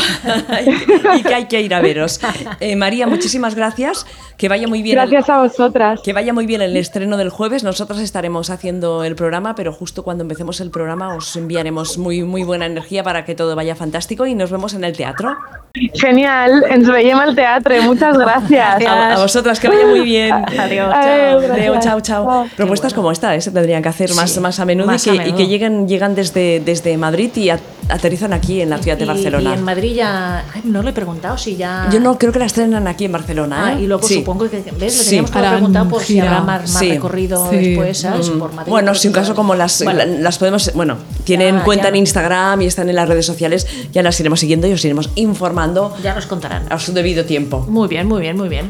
Speaker 1: y que hay que ir a veros. Eh, María, muchísimas gracias, que vaya muy bien. el-
Speaker 7: Gracias a vosotras.
Speaker 1: Que vaya muy bien el estreno del jueves. Nosotras estaremos haciendo el programa, pero justo cuando empecemos el programa os enviaremos muy, muy buena energía para que todo vaya fantástico y nos vemos en el teatro.
Speaker 7: Genial, ens veiem al teatre, muchas gracias.
Speaker 1: A, a vosotras, que vaya muy bien. Adiós.
Speaker 7: Adeu,
Speaker 1: Leo,
Speaker 7: gracias.
Speaker 1: chao, chao. Propuestas como esta, ¿eh? se tendrían que hacer más,
Speaker 2: Sí,
Speaker 1: más a menudo
Speaker 2: más
Speaker 1: y
Speaker 2: a
Speaker 1: que, y
Speaker 2: menudo.
Speaker 1: que lleguen, llegan desde, desde Madrid y a- aterrizan aquí en la ciudad de
Speaker 2: Y- Y en
Speaker 1: Barcelona.
Speaker 2: Madrid ya. Ay, no le he preguntado si ya.
Speaker 1: Yo no creo que la estrenan aquí en Barcelona.
Speaker 2: Ah,
Speaker 1: ¿eh?
Speaker 2: y luego
Speaker 1: Sí.
Speaker 2: supongo que. ¿Ves? Le
Speaker 1: Sí.
Speaker 2: teníamos que haber
Speaker 3: Harán
Speaker 2: preguntado por si
Speaker 3: gira.
Speaker 2: habrá más, más
Speaker 1: Sí.
Speaker 2: recorrido
Speaker 3: Sí.
Speaker 2: después, ¿sabes?
Speaker 1: Mm.
Speaker 2: Por Madrid.
Speaker 1: Bueno,
Speaker 2: porque
Speaker 1: si un caso
Speaker 2: claro.
Speaker 1: como las,
Speaker 2: Bueno.
Speaker 1: la- las podemos, bueno, tienen
Speaker 2: Ya,
Speaker 1: cuenta
Speaker 2: ya.
Speaker 1: en Instagram y están en las redes sociales, ya las iremos siguiendo y os iremos informando
Speaker 2: Ya nos contarán.
Speaker 1: a su debido tiempo.
Speaker 2: Muy bien, muy bien, muy bien.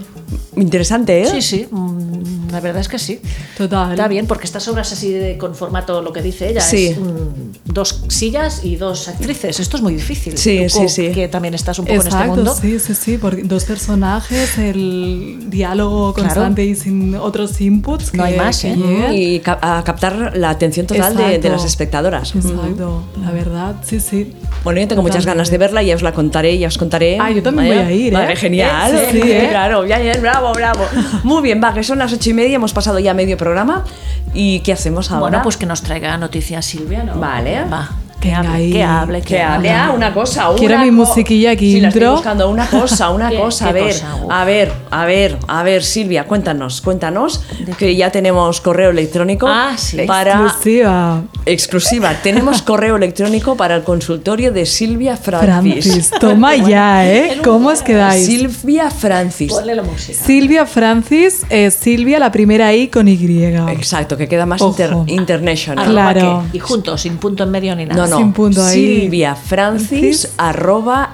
Speaker 1: Interesante, ¿eh?
Speaker 2: Sí, sí, mm, la verdad es que sí.
Speaker 3: Total.
Speaker 2: Está bien, porque estas obras así de, con formato lo que dice ella,
Speaker 1: Sí.
Speaker 2: es mm, dos sillas y dos actrices. Esto es muy difícil.
Speaker 1: Sí,
Speaker 2: Tú,
Speaker 1: sí, sí.
Speaker 2: Que también estás un poco en
Speaker 3: Exacto,
Speaker 2: este mundo.
Speaker 3: sí, sí, sí, porque dos personajes, el diálogo
Speaker 2: Claro.
Speaker 3: constante y sin otros inputs.
Speaker 2: No hay
Speaker 3: que-
Speaker 2: más,
Speaker 3: que
Speaker 2: ¿eh?
Speaker 3: lleguen.
Speaker 1: Y cap- a captar la atención total de, de
Speaker 3: Exacto.
Speaker 1: las espectadoras.
Speaker 3: Exacto, la verdad, sí, sí.
Speaker 1: Bueno, yo tengo muchas ganas de verla y ya os la contaré, ya os contaré.
Speaker 3: Ah, yo también
Speaker 1: Vaya,
Speaker 3: voy a ir, ¿eh?
Speaker 1: Vale, genial.
Speaker 3: Sí, sí, ¿eh?
Speaker 1: claro, bien, bien, bravo, bravo. Muy bien, va, que son las ocho y media, hemos pasado ya medio programa. ¿Y qué hacemos ahora?
Speaker 2: Bueno, pues que nos traiga noticias Silvia, ¿no?
Speaker 1: Vale.
Speaker 2: Va.
Speaker 3: Que
Speaker 2: hable,
Speaker 3: hable.
Speaker 2: que hable,
Speaker 1: Que hable ah, una cosa, una
Speaker 3: Quiero mi
Speaker 1: co-
Speaker 3: musiquilla aquí,
Speaker 1: Sí, la estoy
Speaker 3: intro.
Speaker 1: buscando una cosa, una
Speaker 2: ¿Qué-
Speaker 1: cosa,
Speaker 2: qué
Speaker 1: a ver,
Speaker 2: cosa? Uf.
Speaker 1: a ver, a ver, a ver, Silvia, cuéntanos, cuéntanos que ya tenemos correo electrónico
Speaker 2: Ah, sí.
Speaker 1: para
Speaker 3: Exclusiva.
Speaker 1: exclusiva. Tenemos correo electrónico para el consultorio de Silvia Francis.
Speaker 3: Francis, toma ya, ¿eh? ¿Cómo os quedáis?
Speaker 1: Silvia Francis.
Speaker 2: Ponle la música.
Speaker 3: Silvia Francis es Silvia, la primera I con Y.
Speaker 1: Exacto, que queda más
Speaker 3: Ojo.
Speaker 1: inter- international.
Speaker 3: Claro.
Speaker 2: Arroba qué. Y juntos, sin punto en medio ni nada.
Speaker 1: No, no.
Speaker 3: sin punto ahí.
Speaker 1: Silvia Francis,
Speaker 3: Francis.
Speaker 1: arroba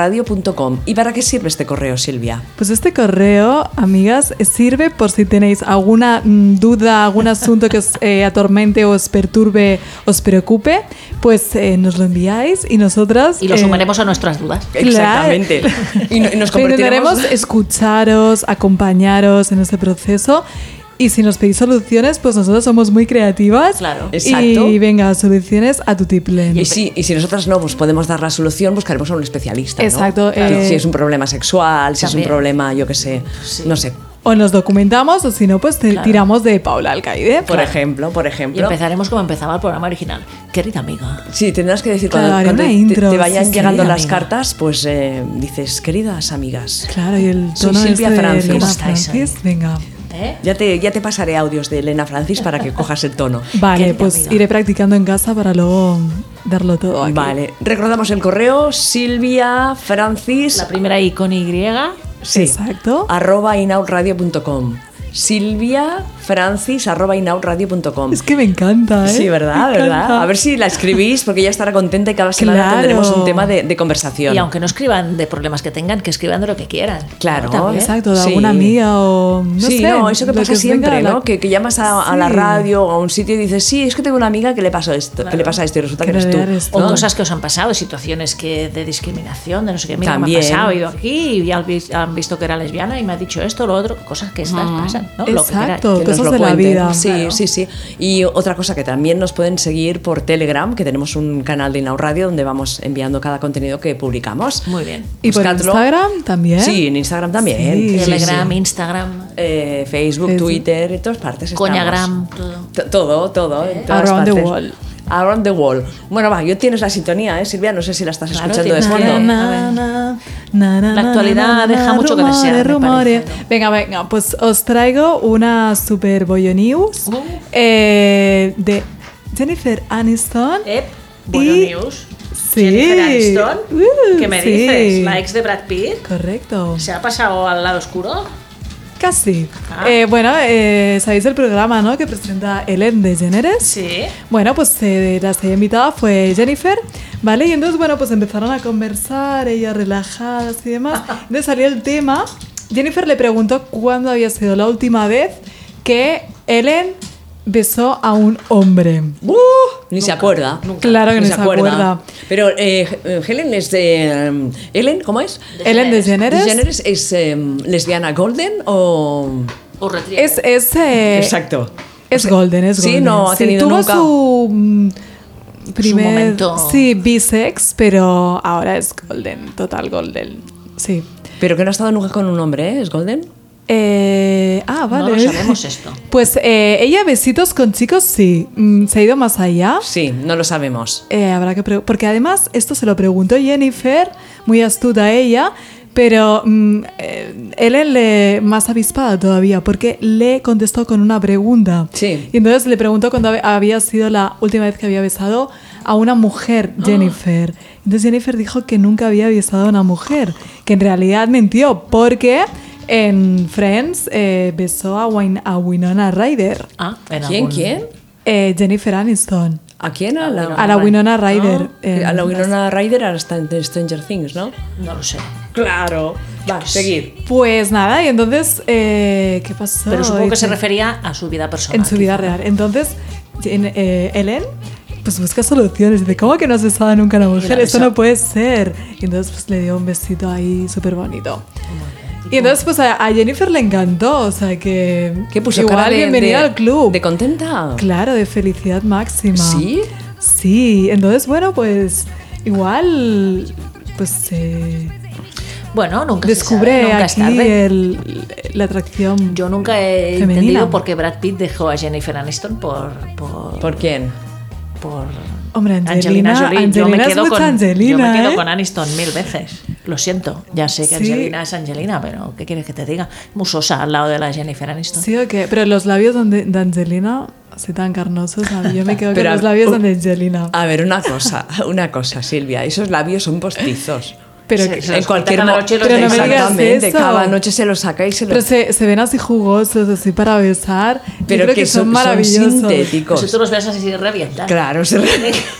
Speaker 1: inoutradio.com. ¿Y para qué sirve este correo, Silvia?
Speaker 3: Pues este correo, amigas, eh, sirve por si tenéis alguna mm, duda, algún asunto que os eh, atormente, os perturbe, os preocupe, pues eh, nos lo enviáis y nosotras...
Speaker 2: Y lo
Speaker 3: eh,
Speaker 2: sumaremos a nuestras dudas.
Speaker 3: Claro.
Speaker 1: Exactamente. Y, no- y nos
Speaker 3: pero
Speaker 1: convertiremos.
Speaker 3: Intentaremos escucharos, acompañaros en este proceso. Y si nos pedís soluciones, pues nosotros somos muy creativas.
Speaker 2: Claro.
Speaker 1: Exacto.
Speaker 3: Y venga, soluciones a tu tiplén.
Speaker 1: Y si, y si nosotras no pues podemos dar la solución, buscaremos a un especialista. ¿no?
Speaker 3: Exacto,
Speaker 1: Si-
Speaker 3: eh,
Speaker 1: si es un problema sexual, si es
Speaker 2: También.
Speaker 1: un problema, yo qué sé, no sé.
Speaker 3: O nos documentamos, o si no, pues te tiramos de Paula Alcaide.
Speaker 1: Por ejemplo, por
Speaker 2: Y
Speaker 1: ejemplo.
Speaker 2: empezaremos como empezaba el programa original. Querida amiga.
Speaker 1: Sí, tendrás que decir
Speaker 3: Claro,
Speaker 1: cuando,
Speaker 3: haré
Speaker 1: cuando
Speaker 3: una
Speaker 1: te,
Speaker 3: intro,
Speaker 1: te vayan
Speaker 3: sí, sí,
Speaker 1: llegando las
Speaker 2: amiga.
Speaker 1: cartas, pues eh, dices, queridas amigas,
Speaker 3: Claro, y el
Speaker 1: Soy
Speaker 3: tono
Speaker 1: Silvia
Speaker 3: este de
Speaker 1: Francis.
Speaker 3: Elena
Speaker 1: ¿Cómo
Speaker 2: estáis ahí?
Speaker 3: Francis, Venga.
Speaker 2: ¿Eh?
Speaker 1: ya te, ya te pasaré audios de Elena Francis para que cojas el tono.
Speaker 3: Vale,
Speaker 2: Querida
Speaker 3: pues
Speaker 2: amiga.
Speaker 3: iré practicando en casa para luego darlo todo aquí.
Speaker 1: Vale, recordamos el correo Silvia Francis
Speaker 2: La primera I con Y.
Speaker 1: sí,
Speaker 3: Exacto.
Speaker 1: arroba inoutradio.com Silvia Francis arroba inoutradio.com
Speaker 3: Es que me encanta, ¿eh?
Speaker 1: Sí, ¿verdad?
Speaker 3: Me
Speaker 1: ¿verdad?
Speaker 3: encanta.
Speaker 1: A ver si la escribís porque ella estará contenta y cada semana
Speaker 3: Claro.
Speaker 1: tendremos un tema de, de conversación.
Speaker 2: Y aunque no escriban de problemas que tengan, que escriban de lo que quieran.
Speaker 1: Claro.
Speaker 2: También.
Speaker 3: Exacto, de
Speaker 1: ¿eh? Sí.
Speaker 3: alguna amiga o. No
Speaker 1: sí,
Speaker 3: sé,
Speaker 1: no, eso que
Speaker 3: lo
Speaker 1: pasa
Speaker 3: os venga
Speaker 1: siempre,
Speaker 3: a la-
Speaker 1: ¿no? Que, que llamas a, a la
Speaker 3: Sí.
Speaker 1: radio o a un sitio y dices, sí, es que tengo una amiga que le pasa esto, que le pasa esto y resulta que
Speaker 3: Que
Speaker 1: eres tú.
Speaker 3: eres
Speaker 2: O
Speaker 3: ¿no?
Speaker 2: cosas que os han pasado, situaciones que de discriminación, de no sé qué, mira, me ha
Speaker 1: También.
Speaker 2: pasado, he ido aquí y ya han vis- han visto que era lesbiana y me ha dicho esto, lo otro, cosas que estas pasan, ¿no? Lo que queráis.
Speaker 3: Exacto.
Speaker 1: que nos
Speaker 3: cosas
Speaker 1: lo
Speaker 3: de la
Speaker 1: cuenten.
Speaker 3: vida.
Speaker 1: Sí, sí, sí. Y otra cosa que también nos pueden seguir por Telegram, que tenemos un canal de Inau Radio donde vamos enviando cada contenido que publicamos.
Speaker 2: Muy bien.
Speaker 3: Y por
Speaker 1: Buscadlo.
Speaker 3: Instagram también.
Speaker 1: Sí, en Instagram también.
Speaker 3: Sí.
Speaker 1: Sí, sí.
Speaker 2: Telegram, Instagram,
Speaker 1: Eh, Facebook,
Speaker 3: Sí, sí.
Speaker 1: Twitter, en todas partes. estamos.
Speaker 2: Coñagram, todo.
Speaker 1: T- Todo, todo. en todas
Speaker 3: Around the
Speaker 1: partes.
Speaker 3: world.
Speaker 1: Around the wall. Bueno, va, yo tienes la sintonía, ¿eh, Silvia? No sé si la estás
Speaker 2: Claro,
Speaker 1: escuchando de
Speaker 2: tienes
Speaker 1: fondo.
Speaker 2: que-
Speaker 3: Na, na, na, na,
Speaker 2: La actualidad
Speaker 3: na, na,
Speaker 2: deja mucho que
Speaker 3: rumore,
Speaker 2: desear, me
Speaker 3: rumore.
Speaker 2: parece, ¿no?
Speaker 3: Venga, venga, pues os traigo una super bollo news
Speaker 2: Uh.
Speaker 3: eh, de Jennifer Aniston.
Speaker 2: Ep, bueno,
Speaker 3: Y-
Speaker 2: news.
Speaker 3: Sí.
Speaker 2: Eh, Jennifer Aniston,
Speaker 3: Uh,
Speaker 2: ¿qué me
Speaker 3: sí.
Speaker 2: dices? La ex de Brad Pitt.
Speaker 3: Correcto.
Speaker 2: ¿Se ha pasado al lado oscuro?
Speaker 3: Casi.
Speaker 2: Ah.
Speaker 3: Eh, bueno, eh, sabéis el programa, ¿no? Que presenta Ellen DeGeneres.
Speaker 2: Sí.
Speaker 3: Bueno, pues eh, la estrella invitada fue Jennifer, ¿vale? Y entonces, bueno, pues empezaron a conversar, ellas relajadas y demás. Entonces salió el tema. Jennifer le preguntó cuándo había sido la última vez que Ellen besó a un hombre.
Speaker 1: ¡Uh! Ni se acuerda.
Speaker 3: Claro que no se acuerda.
Speaker 1: Pero eh, eh, Helen es de. em, ¿Helen? ¿Cómo es?
Speaker 3: Ellen DeGeneres.
Speaker 1: DeGeneres es em, lesbiana golden o.
Speaker 2: O retriever.
Speaker 3: Es, es, eh,
Speaker 1: Exacto.
Speaker 3: Es golden, es
Speaker 1: Sí,
Speaker 3: golden.
Speaker 1: no ha tenido
Speaker 3: tuvo
Speaker 1: nunca-
Speaker 3: su mm, primer
Speaker 2: momento.
Speaker 3: sí bisex, pero ahora es golden, total golden. Sí.
Speaker 1: Pero que no ha estado nunca con un hombre, ¿eh? ¿Es golden?
Speaker 3: Eh, ah, vale.
Speaker 2: lo sabemos esto.
Speaker 3: Pues eh, ella besitos con chicos sí, Mm, se ha ido más allá.
Speaker 1: Sí, no lo sabemos.
Speaker 3: Eh, habrá que pre- porque además esto se lo preguntó Jennifer, muy astuta ella, pero mm, eh, Ellen le más avispada todavía porque le contestó con una pregunta.
Speaker 1: Sí.
Speaker 3: Y entonces le preguntó cuándo hab- había sido la última vez que había besado a una mujer, Jennifer. Entonces Jennifer dijo que nunca había besado a una mujer, que en realidad mintió porque en Friends eh, besó a, Win- a Winona Ryder,
Speaker 2: Ah, en
Speaker 1: ¿Quién?
Speaker 2: algún-
Speaker 1: ¿Quién?
Speaker 3: Eh, Jennifer Aniston.
Speaker 1: ¿A quién? A la,
Speaker 3: A la Winona Ryder. eh,
Speaker 1: a la Winona Ryder ahora está en Stranger Things, ¿no?
Speaker 2: No lo sé.
Speaker 1: Claro. Va, seguir.
Speaker 3: Pues nada, y entonces, eh, ¿qué pasó?
Speaker 2: Pero supongo que se
Speaker 3: Dice,
Speaker 2: refería a su vida personal.
Speaker 3: este. En su vida real. Entonces, en- eh, Ellen, pues busca soluciones. Dice, ¿cómo que no has besado nunca a una mujer? Esto no puede ser. Y entonces, pues le dio un besito ahí súper bonito. Y entonces, pues a, a Jennifer le encantó. O sea que.
Speaker 1: ¿Qué puso
Speaker 3: Igual,
Speaker 1: cara de-
Speaker 3: bienvenida
Speaker 1: de-
Speaker 3: al club.
Speaker 1: ¿De contenta?
Speaker 3: Claro, de felicidad máxima.
Speaker 1: ¿Sí?
Speaker 3: Sí. Entonces, bueno, pues. Igual. Pues. eh,
Speaker 2: Bueno, nunca se sabe,
Speaker 3: descubre
Speaker 2: Pues, nunca es
Speaker 3: aquí
Speaker 2: tarde.
Speaker 3: el- la atracción.
Speaker 2: Yo nunca he
Speaker 3: Femenina.
Speaker 2: entendido por qué Brad Pitt dejó a Jennifer Aniston por por,
Speaker 1: ¿Por quién?
Speaker 2: por
Speaker 3: Hombre, Angelina,
Speaker 2: Angelina, Jolie. yo me
Speaker 3: Angelina es
Speaker 2: quedo
Speaker 3: mucha
Speaker 2: con
Speaker 3: Angelina,
Speaker 2: yo me quedo
Speaker 3: ¿eh?
Speaker 2: con Aniston mil veces. Lo siento, ya sé que
Speaker 3: Sí.
Speaker 2: Angelina es Angelina, pero ¿qué quieres que te diga? Musosa al lado de la Jennifer Aniston.
Speaker 3: Sí, ok. Pero los labios donde- de Angelina, así tan carnosos, a mí yo me quedo con
Speaker 1: Pero a-
Speaker 3: los labios
Speaker 1: uh,
Speaker 3: de Angelina.
Speaker 1: A ver, una cosa, una cosa, Silvia. Esos labios son postizos.
Speaker 3: Pero,
Speaker 2: Sí,
Speaker 3: que-
Speaker 2: sí.
Speaker 1: En
Speaker 2: los
Speaker 1: cualquier
Speaker 2: cuentan a
Speaker 1: mo-
Speaker 2: los chelos
Speaker 3: Pero de no me digas
Speaker 1: Exactamente,
Speaker 3: eso.
Speaker 1: cada noche se los saca y se
Speaker 3: pero
Speaker 1: los...
Speaker 3: se, se ven así jugosos, así para besar. Yo
Speaker 1: Pero
Speaker 3: creo
Speaker 1: que son- Pues son
Speaker 3: maravillosos.
Speaker 1: sintéticos.
Speaker 2: Si tú los ves así revientan.
Speaker 1: Claro, se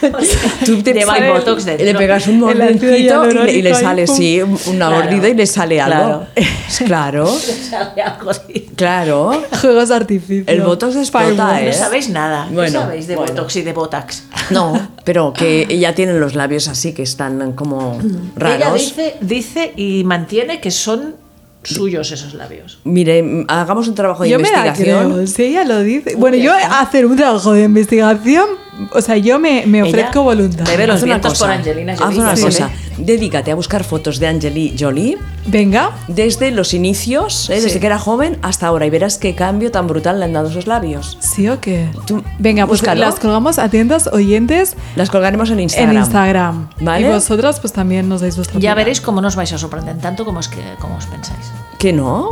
Speaker 1: tú te
Speaker 2: Lleva
Speaker 1: sale-
Speaker 2: botox dentro.
Speaker 1: le pegas un
Speaker 3: El ácido
Speaker 1: mordidito y, le- y le
Speaker 3: hialurónico ahí,
Speaker 1: sale,
Speaker 3: pum.
Speaker 1: sí, una
Speaker 2: Claro.
Speaker 1: mordida y le sale algo. Claro,
Speaker 2: Sale algo así.
Speaker 1: claro.
Speaker 3: Juegos de artificio.
Speaker 1: El botox explota,
Speaker 3: Fireworks.
Speaker 1: ¿eh?
Speaker 2: No sabéis nada.
Speaker 1: Bueno,
Speaker 2: no sabéis de
Speaker 1: bueno.
Speaker 2: Botox y de Botax.
Speaker 1: No, pero que ya tienen los labios así que están como
Speaker 2: Ella
Speaker 1: raros.
Speaker 2: dice, dice y mantiene que son suyos esos labios.
Speaker 1: Mire, mm, hagamos un trabajo de
Speaker 3: yo me la
Speaker 1: investigación.
Speaker 3: creo, si ella lo dice. Bueno, yo hacer un trabajo de investigación, o sea, yo me, me ofrezco
Speaker 2: Ella
Speaker 3: voluntad.
Speaker 2: bebe los
Speaker 1: Haz una
Speaker 2: vientos por
Speaker 1: cosa,
Speaker 2: Angelina
Speaker 1: Haz
Speaker 2: Jolie.
Speaker 1: una
Speaker 2: Sí.
Speaker 1: cosa. Dedícate a buscar fotos de Angeli Jolie
Speaker 3: Venga,
Speaker 1: desde los inicios, ¿eh? desde
Speaker 2: Sí.
Speaker 1: que era joven hasta ahora, y verás qué cambio tan brutal le han dado sus labios.
Speaker 3: ¿sí o qué?
Speaker 1: Tú-
Speaker 3: Venga, pues
Speaker 1: búscalo.
Speaker 3: las colgamos a tiendas oyentes
Speaker 1: Las colgaremos en Instagram.
Speaker 3: en Instagram.
Speaker 1: ¿Vale?
Speaker 3: Y vosotras, pues también nos dais vuestra
Speaker 2: Ya
Speaker 3: opinión.
Speaker 2: veréis cómo no os vais a sorprender tanto como, es que, como os pensáis.
Speaker 1: ¿Que no?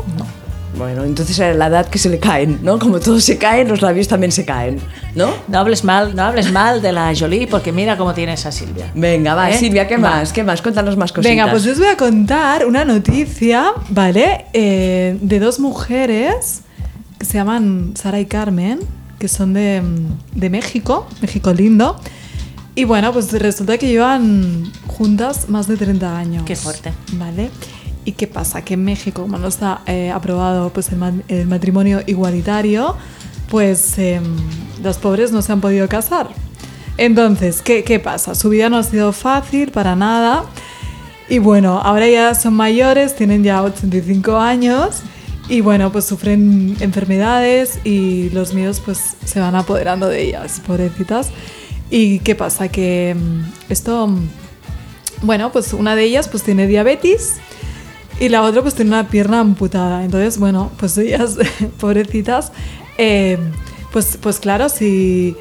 Speaker 1: Bueno, entonces a la edad que se le caen, ¿no? Como todo se cae, los labios también se caen, ¿no?
Speaker 2: No hables mal, no hables mal de la Jolie porque mira cómo tienes a Silvia.
Speaker 1: Venga, va,
Speaker 2: ¿Eh?
Speaker 1: Silvia, ¿qué
Speaker 2: Va.
Speaker 1: más? ¿Qué más? Cuéntanos más cositas.
Speaker 3: Venga, pues yo os voy a contar una noticia, ¿vale? Eh, de dos mujeres que se llaman Sara y Carmen, que son de, mm, de México, México lindo. Y bueno, pues resulta que llevan juntas más de 30 años.
Speaker 2: Qué fuerte.
Speaker 3: ¿Vale? ¿Y qué pasa? Que en México, como no está eh, aprobado pues, el, ma- el matrimonio igualitario, pues em, los pobres no se han podido casar. Entonces, ¿qué, ¿qué pasa? Su vida no ha sido fácil para nada. Y bueno, ahora ya son mayores, tienen ya 85 años y bueno, pues sufren enfermedades y los miedos pues se van apoderando de ellas, pobrecitas. ¿Y qué pasa? Que mm, esto, mm, bueno, pues una de ellas pues tiene diabetes y la otra pues tiene una pierna amputada. Entonces, bueno, pues ellas, pobrecitas, eh, pues, pues claro, si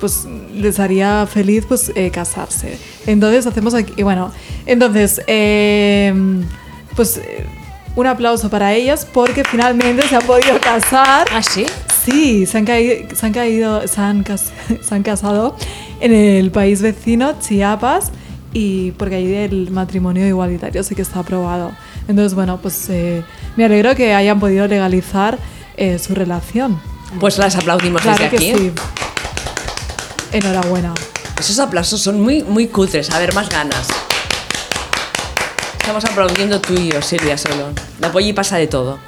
Speaker 3: pues les haría feliz pues eh, casarse. Entonces hacemos aquí, y bueno, entonces, eh, pues eh, un aplauso para ellas porque finalmente se han podido casar.
Speaker 2: ¿Ah, sí?
Speaker 3: Sí, se han, caído, se han caído, se han, cas- se han casado en el país vecino, Chiapas, y porque ahí el matrimonio igualitario sí que está aprobado. Entonces, bueno, pues eh, me alegro que hayan podido legalizar eh, su relación.
Speaker 1: Pues las aplaudimos
Speaker 3: Claro
Speaker 1: desde
Speaker 3: que
Speaker 1: aquí.
Speaker 3: sí. Enhorabuena.
Speaker 1: Pues Esos aplausos son muy, muy cutres. A ver, más ganas. Estamos aplaudiendo tú y yo, Silvia, solo. La Polly pasa de todo.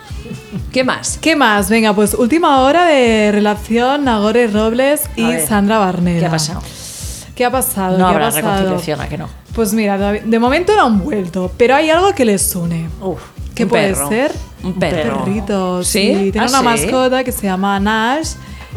Speaker 1: ¿Qué más?
Speaker 3: ¿Qué más? Venga, pues última hora de relación Nagore Robles y
Speaker 2: A ver,
Speaker 3: Sandra Barnera.
Speaker 2: ¿Qué ha pasado?
Speaker 3: ¿Qué ha pasado?
Speaker 2: No
Speaker 3: ¿Qué ha
Speaker 2: habrá
Speaker 3: pasado?
Speaker 2: reconciliación, ¿a que no?
Speaker 3: Pues mira, todavía- de momento no han vuelto, pero hay algo que les une.
Speaker 2: Uf.
Speaker 3: ¿Qué
Speaker 1: Un
Speaker 3: puede
Speaker 1: perro.
Speaker 3: ser?
Speaker 1: Un perro.
Speaker 3: Perritos.
Speaker 1: ¿Sí?
Speaker 3: Tiene
Speaker 2: ¿Ah,
Speaker 3: una
Speaker 2: sí?
Speaker 3: mascota que se llama Nash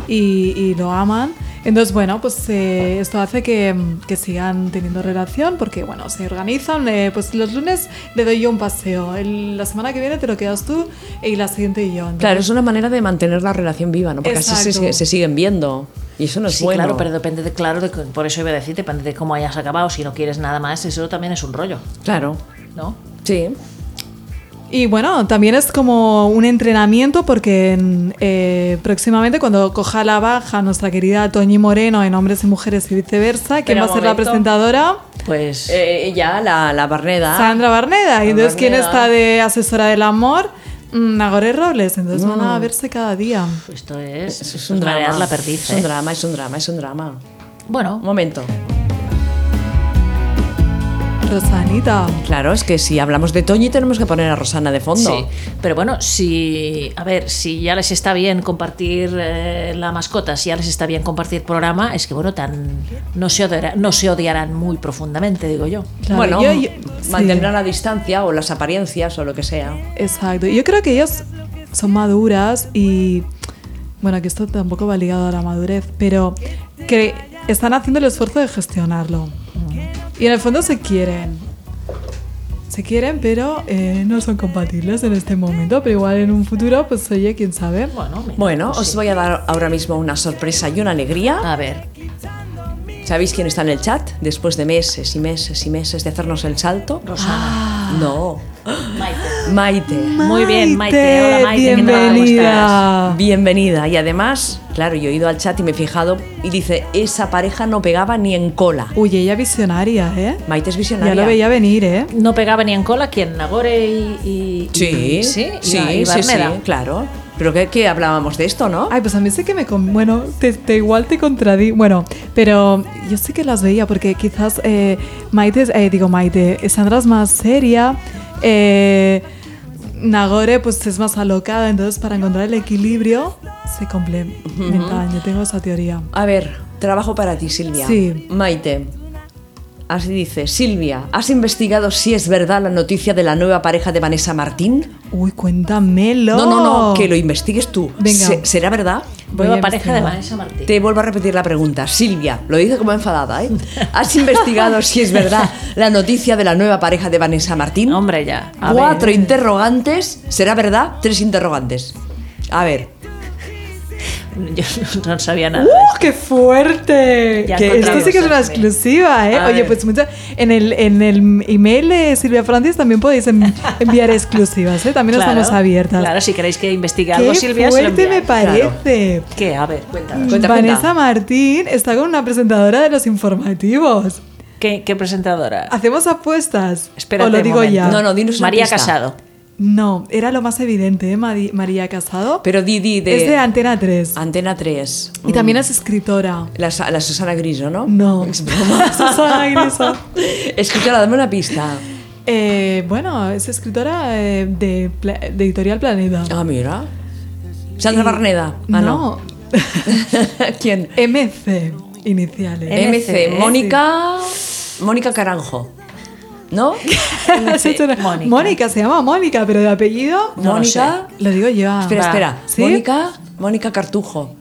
Speaker 3: y, y lo aman. Entonces, bueno, pues eh, esto hace que, que sigan teniendo relación porque, bueno, se organizan. eh, pues los lunes le doy yo un paseo. el- la semana que viene te lo quedas tú y la siguiente yo. Entonces,
Speaker 1: Claro, es una manera de mantener la relación viva, ¿no? Porque así se,
Speaker 3: Exacto.
Speaker 1: se siguen viendo. Y eso no es
Speaker 2: Sí,
Speaker 1: bueno.
Speaker 2: claro, pero depende de, claro, de- por eso iba a decir, depende de cómo hayas acabado. Si no quieres nada más, eso también es un rollo,
Speaker 1: Claro,
Speaker 2: ¿no?
Speaker 1: sí.
Speaker 3: Y bueno, también es como un entrenamiento porque en, eh, próximamente cuando coja la baja nuestra querida Toñi Moreno en Hombres y Mujeres y viceversa, ¿quién
Speaker 1: Pero
Speaker 3: va a
Speaker 1: un
Speaker 3: ser la
Speaker 1: momento.
Speaker 3: presentadora?
Speaker 2: Pues
Speaker 1: Eh, ella, la, la
Speaker 2: Ah.
Speaker 1: Barneda.
Speaker 3: Sandra Barneda. Y entonces, ¿quién
Speaker 1: Barneda.
Speaker 3: está de asesora del amor? Mm, Nagore Robles. Entonces van
Speaker 2: Mm.
Speaker 3: a verse cada día.
Speaker 2: esto es,
Speaker 1: Es un
Speaker 2: marear
Speaker 1: drama.
Speaker 2: la perdiz.
Speaker 1: Es un
Speaker 2: ¿eh?
Speaker 1: drama, es un drama, es un drama. Un
Speaker 2: Bueno,
Speaker 1: momento.
Speaker 3: Rosanita.
Speaker 1: Claro, es que si hablamos de Toñi tenemos que poner a Rosana de fondo.
Speaker 2: sí. Pero bueno, si, a ver, si ya les está bien compartir eh, la mascota, si ya les está bien compartir programa, es que bueno, tan no se, odiará- no se odiarán muy profundamente, digo yo.
Speaker 3: Claro,
Speaker 1: bueno,
Speaker 3: yo- yo-
Speaker 1: mantendrán
Speaker 3: sí.
Speaker 1: la distancia o las apariencias o lo que sea.
Speaker 3: Exacto. Yo creo que ellas son maduras y. Bueno, que esto tampoco va ligado a la madurez, pero que están haciendo el esfuerzo de gestionarlo.
Speaker 2: Mm.
Speaker 3: Y en el fondo se quieren. Se quieren, pero eh, no son compatibles en este momento. Pero igual en un futuro, pues oye, quién sabe.
Speaker 2: Bueno, mira,
Speaker 1: Bueno,
Speaker 2: pues
Speaker 1: os
Speaker 2: sí. Ah.
Speaker 1: voy a dar ahora mismo una sorpresa y una alegría.
Speaker 2: a ver,
Speaker 1: ¿Sabéis quién está en el chat? Después de meses y meses y meses de hacernos el salto. Ah.
Speaker 2: Rosana.
Speaker 1: No.
Speaker 2: Maite.
Speaker 1: Maite.
Speaker 2: Muy bien, Maite. Hola, Maite. ¿qué tal? ¿Cómo estás?
Speaker 3: Bienvenida.
Speaker 1: Bienvenida. Y además, claro, yo he ido al chat y me he fijado y dice, esa pareja no pegaba ni en cola.
Speaker 3: Uy, ella visionaria, ¿eh?
Speaker 1: Maite es
Speaker 3: Ya
Speaker 1: visionaria.
Speaker 3: lo veía venir, ¿eh?
Speaker 2: No pegaba ni en cola quien Nagore y, y-
Speaker 1: Sí,
Speaker 2: y-
Speaker 1: sí,
Speaker 2: y-
Speaker 1: sí, sí,
Speaker 2: y Barneda.
Speaker 1: sí, claro. Pero que, que hablábamos de esto, ¿no?
Speaker 3: Ay, pues a mí sé que me... con- Bueno, te, te igual te contradí. Bueno, pero yo sé que las veía porque quizás eh, Maite, es- eh, digo Maite, Sandra es más seria, eh, Nagore pues es más alocada, entonces para encontrar el equilibrio se complementan. Yo tengo esa teoría.
Speaker 1: A ver, trabajo para ti, Silvia.
Speaker 3: Sí.
Speaker 1: Maite. Así dice, Silvia, ¿has investigado si es verdad la noticia de la nueva pareja de Vanessa Martín?
Speaker 3: Uy, cuéntamelo.
Speaker 1: no, no, no, que lo investigues tú.
Speaker 3: Venga.
Speaker 1: Se- ¿Será verdad?
Speaker 3: Voy
Speaker 2: Nueva
Speaker 3: a
Speaker 2: pareja de
Speaker 3: investigar.
Speaker 2: Vanessa Martín.
Speaker 1: Te vuelvo a repetir la pregunta. Silvia, lo dice como enfadada, ¿eh? ¿Has investigado si es verdad la noticia de la nueva pareja de Vanessa Martín?
Speaker 2: Hombre, ya. A ver.
Speaker 1: Cuatro interrogantes. ¿Será verdad? Tres interrogantes. A ver.
Speaker 2: Yo no sabía nada.
Speaker 3: ¡Oh, ¡Qué fuerte!
Speaker 2: Ya
Speaker 3: Que esto
Speaker 2: encontramos
Speaker 3: sí que es una
Speaker 2: ese.
Speaker 3: exclusiva, ¿eh?
Speaker 2: A
Speaker 3: Oye,
Speaker 2: ver.
Speaker 3: pues mucha, en, el, en el email de Silvia Francis también podéis en- enviar exclusivas, ¿eh? También
Speaker 2: Claro,
Speaker 3: estamos abiertas.
Speaker 2: Claro, si queréis que investigue
Speaker 3: ¡Qué
Speaker 2: algo, Silvia, se lo
Speaker 3: fuerte me
Speaker 2: enviáis.
Speaker 3: parece!
Speaker 2: ¿Qué? A ver, cuéntanos.
Speaker 1: Cuenta,
Speaker 3: Vanessa
Speaker 1: cuenta.
Speaker 3: Martín está con una presentadora de los informativos.
Speaker 2: ¿Qué, qué presentadora?
Speaker 3: ¿Hacemos apuestas?
Speaker 2: Espérate
Speaker 3: ¿O Ah, lo
Speaker 2: un
Speaker 3: digo
Speaker 2: momento.
Speaker 3: ya?
Speaker 1: No, no, dinos una
Speaker 2: María
Speaker 1: pista.
Speaker 2: Casado.
Speaker 3: No, era lo más evidente, ¿eh? Mari- María Casado.
Speaker 1: Pero Didi de...
Speaker 3: es de Antena 3.
Speaker 2: Ah,
Speaker 1: Antena 3.
Speaker 3: y también es escritora.
Speaker 1: La, Sa- la Susana Griso, ¿no?
Speaker 3: No.
Speaker 1: Es broma.
Speaker 3: Susana Griso.
Speaker 1: Escúchala, dame una pista.
Speaker 3: Eh, bueno, es escritora eh, de, Pla- de Editorial Planeta.
Speaker 1: Ah, mira. Sandra
Speaker 3: Y-
Speaker 1: Barneda. Ah, no. ¿Quién?
Speaker 3: MC, iniciales.
Speaker 1: MC.
Speaker 2: MC.
Speaker 1: Mónica. Mónica Caranjo. ¿no?
Speaker 3: Has hecho una-
Speaker 2: Mónica.
Speaker 3: Mónica, se llama Mónica, pero de apellido.
Speaker 2: No lo
Speaker 1: Mónica.
Speaker 3: Lo digo yo. ah.
Speaker 1: Espera,
Speaker 2: Va.
Speaker 1: espera.
Speaker 3: ¿Sí?
Speaker 1: Mónica. Mónica Cartujo.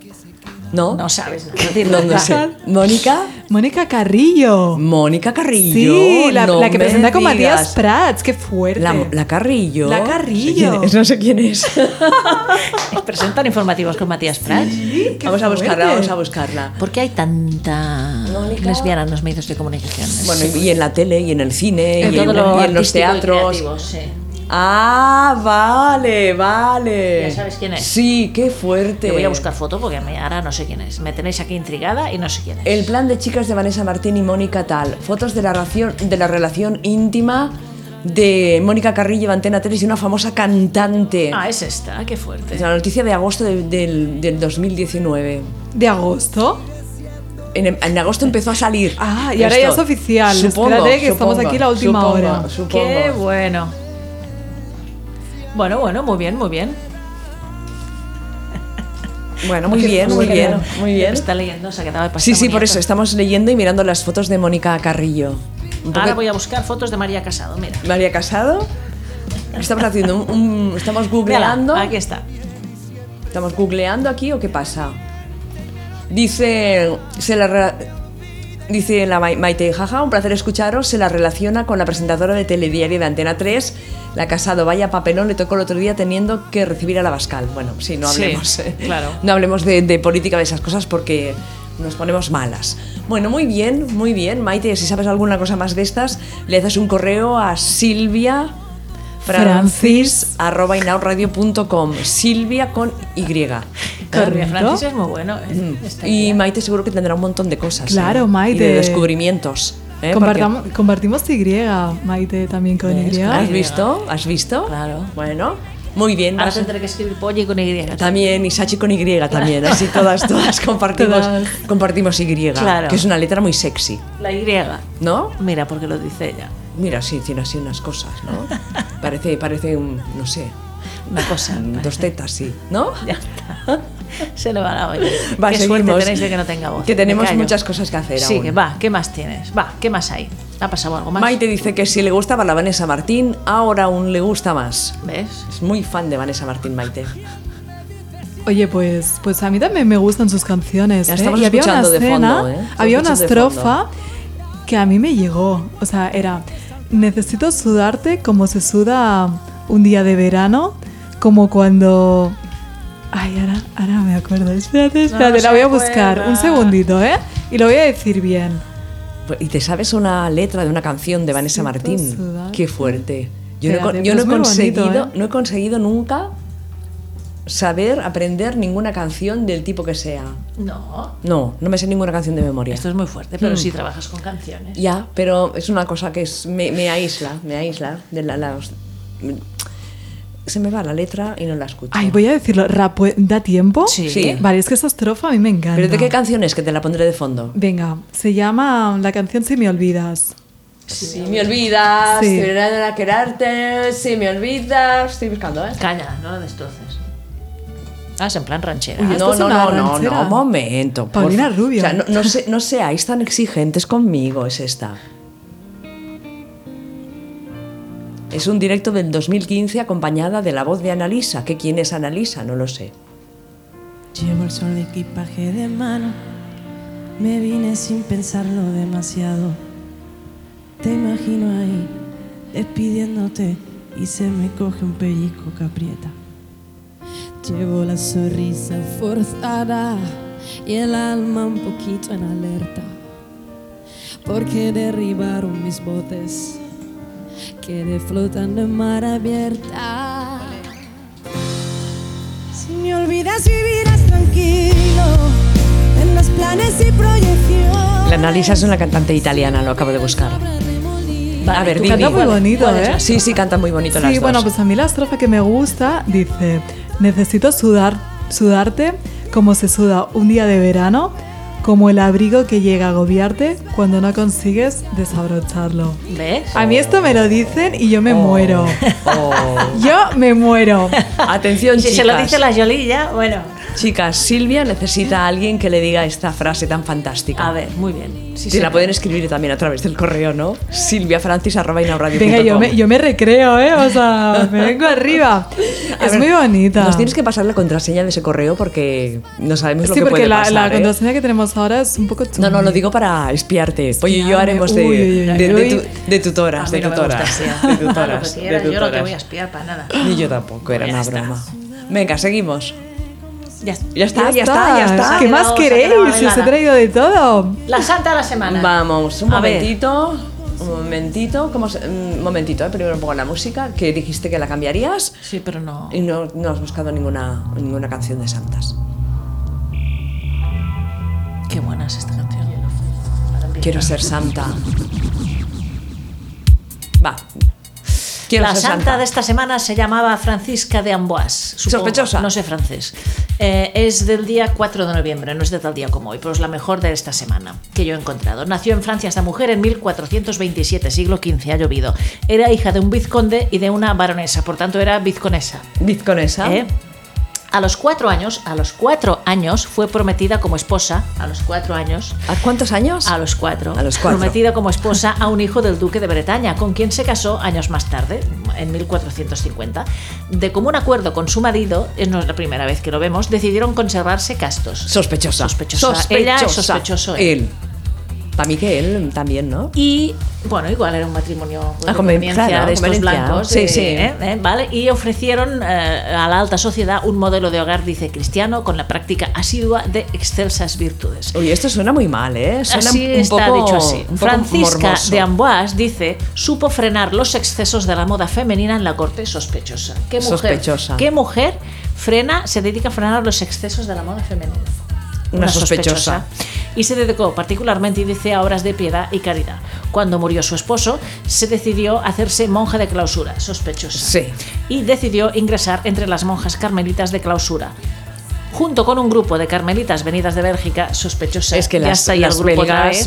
Speaker 1: ¿No?
Speaker 2: No sabes nada. Decir,
Speaker 1: No, no
Speaker 2: nada.
Speaker 1: sé. Mónica.
Speaker 3: Mónica Carrillo.
Speaker 1: Mónica Carrillo.
Speaker 3: Sí, la,
Speaker 1: no
Speaker 3: la que
Speaker 1: me
Speaker 3: presenta con Matías
Speaker 1: digas.
Speaker 3: Prats. Qué fuerte.
Speaker 1: La, la Carrillo.
Speaker 3: La Carrillo.
Speaker 1: No sé quién es. No sé quién es.
Speaker 2: Presentan informativos con Matías Prats.
Speaker 3: Sí, qué
Speaker 1: vamos a buscarla,
Speaker 3: fuerte.
Speaker 1: vamos a buscarla.
Speaker 2: ¿Por qué hay tanta
Speaker 1: Mónica.
Speaker 2: lesbiana en los medios de comunicación?
Speaker 1: Bueno, y, y en la tele, y en el cine, y,
Speaker 2: En
Speaker 1: en,
Speaker 2: todo lo
Speaker 1: y en los
Speaker 2: artístico y
Speaker 1: teatros.
Speaker 2: creativo, sí.
Speaker 1: Ah, vale, vale.
Speaker 2: Ya sabes quién es.
Speaker 1: Sí, qué fuerte.
Speaker 2: Yo voy a buscar foto porque me- ahora no sé quién es. Me tenéis aquí intrigada y no sé quién es.
Speaker 1: El plan de chicas de Vanessa Martín y Mónica Tal. Fotos de la, ración- de la relación íntima de Mónica Carrillo, de Antena 3 y una famosa cantante.
Speaker 2: Ah, es esta, qué fuerte.
Speaker 1: Es la noticia de agosto de- del, del 2019.
Speaker 3: De agosto.
Speaker 1: En, en agosto empezó a salir.
Speaker 3: Ah, y ahora ya es oficial.
Speaker 1: Supongo,
Speaker 3: Espérate, que estamos
Speaker 1: supongo,
Speaker 3: aquí la última
Speaker 1: supongo,
Speaker 3: hora.
Speaker 1: supongo.
Speaker 2: Qué bueno. Bueno, bueno, muy bien, muy bien.
Speaker 1: Bueno, muy bien, muy bien, muy bien.
Speaker 2: Está leyendo, se ha quedado de
Speaker 1: Sí, sí, por
Speaker 2: pastamonía.
Speaker 1: eso estamos leyendo y mirando las fotos de Mónica Carrillo. Un
Speaker 2: Ahora
Speaker 1: poco-
Speaker 2: voy a buscar fotos de María Casado, mira.
Speaker 1: María Casado. Estamos haciendo un, un- estamos googleando.
Speaker 2: Mírala, Aquí está.
Speaker 1: ¿Estamos googleando aquí o qué pasa? Dice, se la re- dice la Ma- Maite, jaja, un placer escucharos. Se la relaciona con la presentadora de Telediario de Antena 3, la Casado. Vaya papelón le tocó el otro día teniendo que recibir a la Bascal. Bueno, sí, no
Speaker 2: Sí,
Speaker 1: hablemos, eh,
Speaker 2: claro.
Speaker 1: no hablemos de, de política de esas cosas porque nos ponemos malas. Bueno, muy bien, muy bien. Maite, si sabes alguna cosa más de estas, le haces un correo a Silvia
Speaker 3: Francis.
Speaker 1: arroba inaudradio.com Silvia con Y.
Speaker 2: María Francis es muy bueno. ¿eh?
Speaker 1: Mm.
Speaker 2: Está
Speaker 1: Y
Speaker 2: bien.
Speaker 1: Maite seguro que tendrá un montón de cosas.
Speaker 3: Claro,
Speaker 1: ¿eh?
Speaker 3: Maite.
Speaker 1: Y de descubrimientos. ¿eh?
Speaker 3: Compartamos, compartimos Y, Maite, también con
Speaker 1: Porque-
Speaker 3: Y.
Speaker 1: ¿Has visto? ¿Has visto?
Speaker 2: Claro.
Speaker 1: Bueno, muy bien.
Speaker 2: Ahora
Speaker 1: vas a-
Speaker 2: tendré que escribir pollo con Y.
Speaker 1: También, y Sachi con Y también, así todas, todas compartimos,
Speaker 3: Todas.
Speaker 1: compartimos Y,
Speaker 2: Claro.
Speaker 1: que es una letra muy sexy,
Speaker 2: La Y.
Speaker 1: ¿no?
Speaker 2: Mira, porque lo dice ella.
Speaker 1: Mira, sí, tiene así unas cosas, ¿no? Parece, parece un, no sé,
Speaker 2: Una cosa.
Speaker 1: dos tetas, sí, ¿no?
Speaker 2: Ya está. Se le va la olla.
Speaker 1: Va,
Speaker 2: Qué suerte
Speaker 1: seguimos.
Speaker 2: tenéis de que no tenga voz.
Speaker 1: Que
Speaker 2: Me
Speaker 1: tenemos
Speaker 2: callo.
Speaker 1: muchas cosas que hacer
Speaker 2: Sí,
Speaker 1: aún.
Speaker 2: que va. ¿Qué más tienes? Va, ¿qué más hay? ¿Ha pasado algo más?
Speaker 1: Maite dice que si le gustaba la Vanessa Martín, ahora aún le gusta más.
Speaker 2: ¿Ves?
Speaker 1: Es muy fan de Vanessa Martín, Maite.
Speaker 3: Oye, pues, pues a mí también me gustan sus canciones.
Speaker 1: Ya
Speaker 3: ¿eh?
Speaker 1: estamos
Speaker 3: Y había una
Speaker 1: escuchando de
Speaker 3: escena,
Speaker 1: fondo, ¿eh? Estamos
Speaker 3: había una
Speaker 1: escuchando de
Speaker 3: estrofa que a mí me llegó. O sea, era, necesito sudarte como se suda un día de verano, como cuando... Ay, ahora, ahora me acuerdo. Espérate, espérate,
Speaker 2: se
Speaker 3: la voy a buscar.
Speaker 2: acuerda.
Speaker 3: Un segundito, ¿eh? Y lo voy a decir bien.
Speaker 1: Pues, Y te sabes una letra de una canción de Vanessa
Speaker 3: Siento
Speaker 1: Martín.
Speaker 3: sudar.
Speaker 1: Qué fuerte. Yo, no, he con-
Speaker 3: pues, Espérate,
Speaker 1: yo
Speaker 3: pero
Speaker 1: no
Speaker 3: es
Speaker 1: he
Speaker 3: muy bonito,
Speaker 1: conseguido,
Speaker 3: ¿eh?
Speaker 1: no he conseguido nunca saber aprender ninguna canción del tipo que sea.
Speaker 2: No,
Speaker 1: No, no me sé ninguna canción de memoria.
Speaker 2: esto es muy fuerte, pero
Speaker 1: Hmm.
Speaker 2: si trabajas con canciones.
Speaker 1: Ya, pero es una cosa que es, me, me aísla, me aísla de la, las- se me va la letra y no la escucho.
Speaker 3: Ay, voy a decirlo, rapue- ¿da tiempo?
Speaker 2: Sí.
Speaker 1: Sí.
Speaker 3: Vale, es que esa estrofa a mí me encanta.
Speaker 1: ¿Pero de qué canción es que te la pondré de fondo?
Speaker 3: Venga, se llama La canción Si me olvidas.
Speaker 1: Si me olvidas,
Speaker 3: Sí.
Speaker 1: te verán a quererte, si me olvidas, estoy buscando, ¿eh?
Speaker 2: Calla, no entonces. Ah, es en plan ranchera.
Speaker 3: Uy, esto
Speaker 1: No,
Speaker 3: es
Speaker 1: no,
Speaker 3: una
Speaker 1: no, no,
Speaker 3: ranchera.
Speaker 1: no, momento. por
Speaker 3: Paulina
Speaker 1: fa-
Speaker 3: Rubio.
Speaker 1: O sea, no, no se- no seáis tan exigentes conmigo, es esta. Es un directo del 2015 acompañada de la voz de Analisa. ¿Que quién es Analisa? No lo sé.
Speaker 8: Llevo el sol de equipaje de mano. Me vine sin pensarlo demasiado. Te imagino ahí, despidiéndote, y se me coge un pellizco que aprieta. Llevo la sonrisa forzada y el alma un poquito en alerta. Porque derribaron mis botes, quedé flotando en mar abierta. Si me olvidas, vivirás tranquilo en los planes y proyecciones.
Speaker 1: La Analisa es una cantante italiana, lo acabo de buscar. a ver,
Speaker 3: tú
Speaker 1: Didi.
Speaker 3: canta muy bonito,
Speaker 1: ¿Cuál es?
Speaker 3: ¿eh?
Speaker 1: Sí, sí, canta muy bonito las
Speaker 3: Sí,
Speaker 1: dos.
Speaker 3: bueno, pues a mí la estrofa que me gusta dice, necesito sudar, sudarte como se suda un día de verano, como el abrigo que llega a agobiarte cuando no consigues desabrocharlo.
Speaker 2: ¿Ves?
Speaker 3: A mí esto me lo dicen y yo me muero.
Speaker 1: Oh.
Speaker 3: Yo me muero.
Speaker 1: Atención,
Speaker 2: Si
Speaker 1: chicas.
Speaker 2: se lo dice la Jolie ya, bueno.
Speaker 1: Chicas, Silvia necesita a alguien que le diga esta frase tan fantástica.
Speaker 2: A ver, muy bien. Sí,
Speaker 1: Te
Speaker 2: sí.
Speaker 1: la pueden escribir también a través del correo, ¿no? silviafrancis.inauradio.com
Speaker 3: Venga, yo me, yo me recreo, ¿eh? O sea, me vengo arriba.
Speaker 1: A
Speaker 3: Es
Speaker 1: ver,
Speaker 3: muy bonita.
Speaker 1: Nos tienes que pasar la contraseña de ese correo porque no sabemos lo
Speaker 3: Sí,
Speaker 1: que
Speaker 3: porque
Speaker 1: puede
Speaker 3: la,
Speaker 1: pasar,
Speaker 3: la
Speaker 1: ¿eh?
Speaker 3: contraseña que tenemos ahora es un poco
Speaker 1: No, no, lo
Speaker 3: chunga.
Speaker 1: digo para espiarte. Oye, yo
Speaker 3: Espiarme.
Speaker 1: haremos de,
Speaker 3: Uy, uy, uy,
Speaker 1: de- de
Speaker 3: uy.
Speaker 1: tu- de tutoras,
Speaker 2: A mí
Speaker 1: de
Speaker 2: no me gusta
Speaker 1: tutoras.
Speaker 2: así.
Speaker 1: de
Speaker 2: Haz lo que
Speaker 1: tutoras,
Speaker 2: quieras,
Speaker 1: de
Speaker 2: yo no te
Speaker 1: tutoras.
Speaker 2: voy a espiar para nada.
Speaker 1: Ni yo tampoco, era
Speaker 2: Ya
Speaker 1: una
Speaker 2: está.
Speaker 1: broma. Venga, seguimos.
Speaker 2: Ya está.
Speaker 1: Ya está, Ah, ya está, ya está.
Speaker 3: ¿Qué
Speaker 2: Se ha
Speaker 3: más
Speaker 2: quedado- se ha
Speaker 3: queréis?
Speaker 2: quedado
Speaker 3: Si os he
Speaker 2: velada.
Speaker 3: traído de todo.
Speaker 2: La santa de la semana.
Speaker 1: Vamos, un
Speaker 2: A ver.
Speaker 1: momentito. Un momentito, ¿cómo se- un momentito, eh, primero pongo la música, que dijiste que la cambiarías
Speaker 2: Sí, pero no.
Speaker 1: y no, no has buscado ninguna, ninguna canción de Santas.
Speaker 2: Qué buena es esta canción. Ahora empieza.
Speaker 1: Quiero ser santa. Va. Quiero
Speaker 2: La
Speaker 1: ser
Speaker 2: santa,
Speaker 1: santa.
Speaker 2: de este- esta semana se llamaba Francisca de Amboise. supongo.
Speaker 1: Sospechosa.
Speaker 2: No sé francés. Eh, es del día 4 de noviembre, no es de tal día como hoy, pero es la mejor de esta semana que yo he encontrado. Nació en Francia esta mujer en 1427, siglo XV, ha llovido. Era hija de un vizconde y de una baronesa, por tanto era vizconesa.
Speaker 1: Vizconesa.
Speaker 2: ¿eh? A los cuatro años, a los cuatro años fue prometida como esposa, a los cuatro años,
Speaker 1: ¿A cuántos años?
Speaker 2: a los cuatro.
Speaker 1: A los cuatro.
Speaker 2: Prometida como esposa a un hijo del duque de Bretaña, con quien se casó años más tarde, en 1450. De común acuerdo con su marido, es no es la primera vez que lo vemos, decidieron conservarse castos.
Speaker 1: Sospechosa.
Speaker 2: Sospechosa. Ella es sospechoso. eh. él.
Speaker 1: Él. Para mí que él también, ¿no?
Speaker 2: Y bueno, igual era un matrimonio de
Speaker 1: Ah, conven-
Speaker 2: conveniencia
Speaker 1: claro,
Speaker 2: de estos
Speaker 1: conveniencia.
Speaker 2: blancos.
Speaker 1: Sí,
Speaker 2: eh,
Speaker 1: sí.
Speaker 2: eh, eh, ¿vale? Y ofrecieron eh, a la alta sociedad un modelo de hogar, dice cristiano, con la práctica asidua de excelsas virtudes.
Speaker 1: Oye, esto suena muy mal, ¿eh? Suena
Speaker 2: así
Speaker 1: un
Speaker 2: está
Speaker 1: poco,
Speaker 2: dicho así.
Speaker 1: un poco
Speaker 2: Francisca
Speaker 1: morboso.
Speaker 2: de Amboise dice, supo frenar los excesos de la moda femenina en la corte sospechosa. ¿Qué mujer,
Speaker 1: Sospechosa.
Speaker 2: ¿qué mujer frena, se dedica a frenar los excesos de la moda femenina?
Speaker 1: Una sospechosa.
Speaker 2: Y se dedicó particularmente, y dice, a obras de piedad y caridad. Cuando murió su esposo, se decidió hacerse monja de clausura, sospechosa.
Speaker 1: Sí.
Speaker 2: Y decidió ingresar entre las monjas carmelitas de clausura. Junto con un grupo de carmelitas venidas de Bélgica, sospechosas.
Speaker 1: Es que
Speaker 2: Ya
Speaker 1: las,
Speaker 2: está ahí el
Speaker 1: las
Speaker 2: grupo otra
Speaker 1: belgas,
Speaker 2: vez.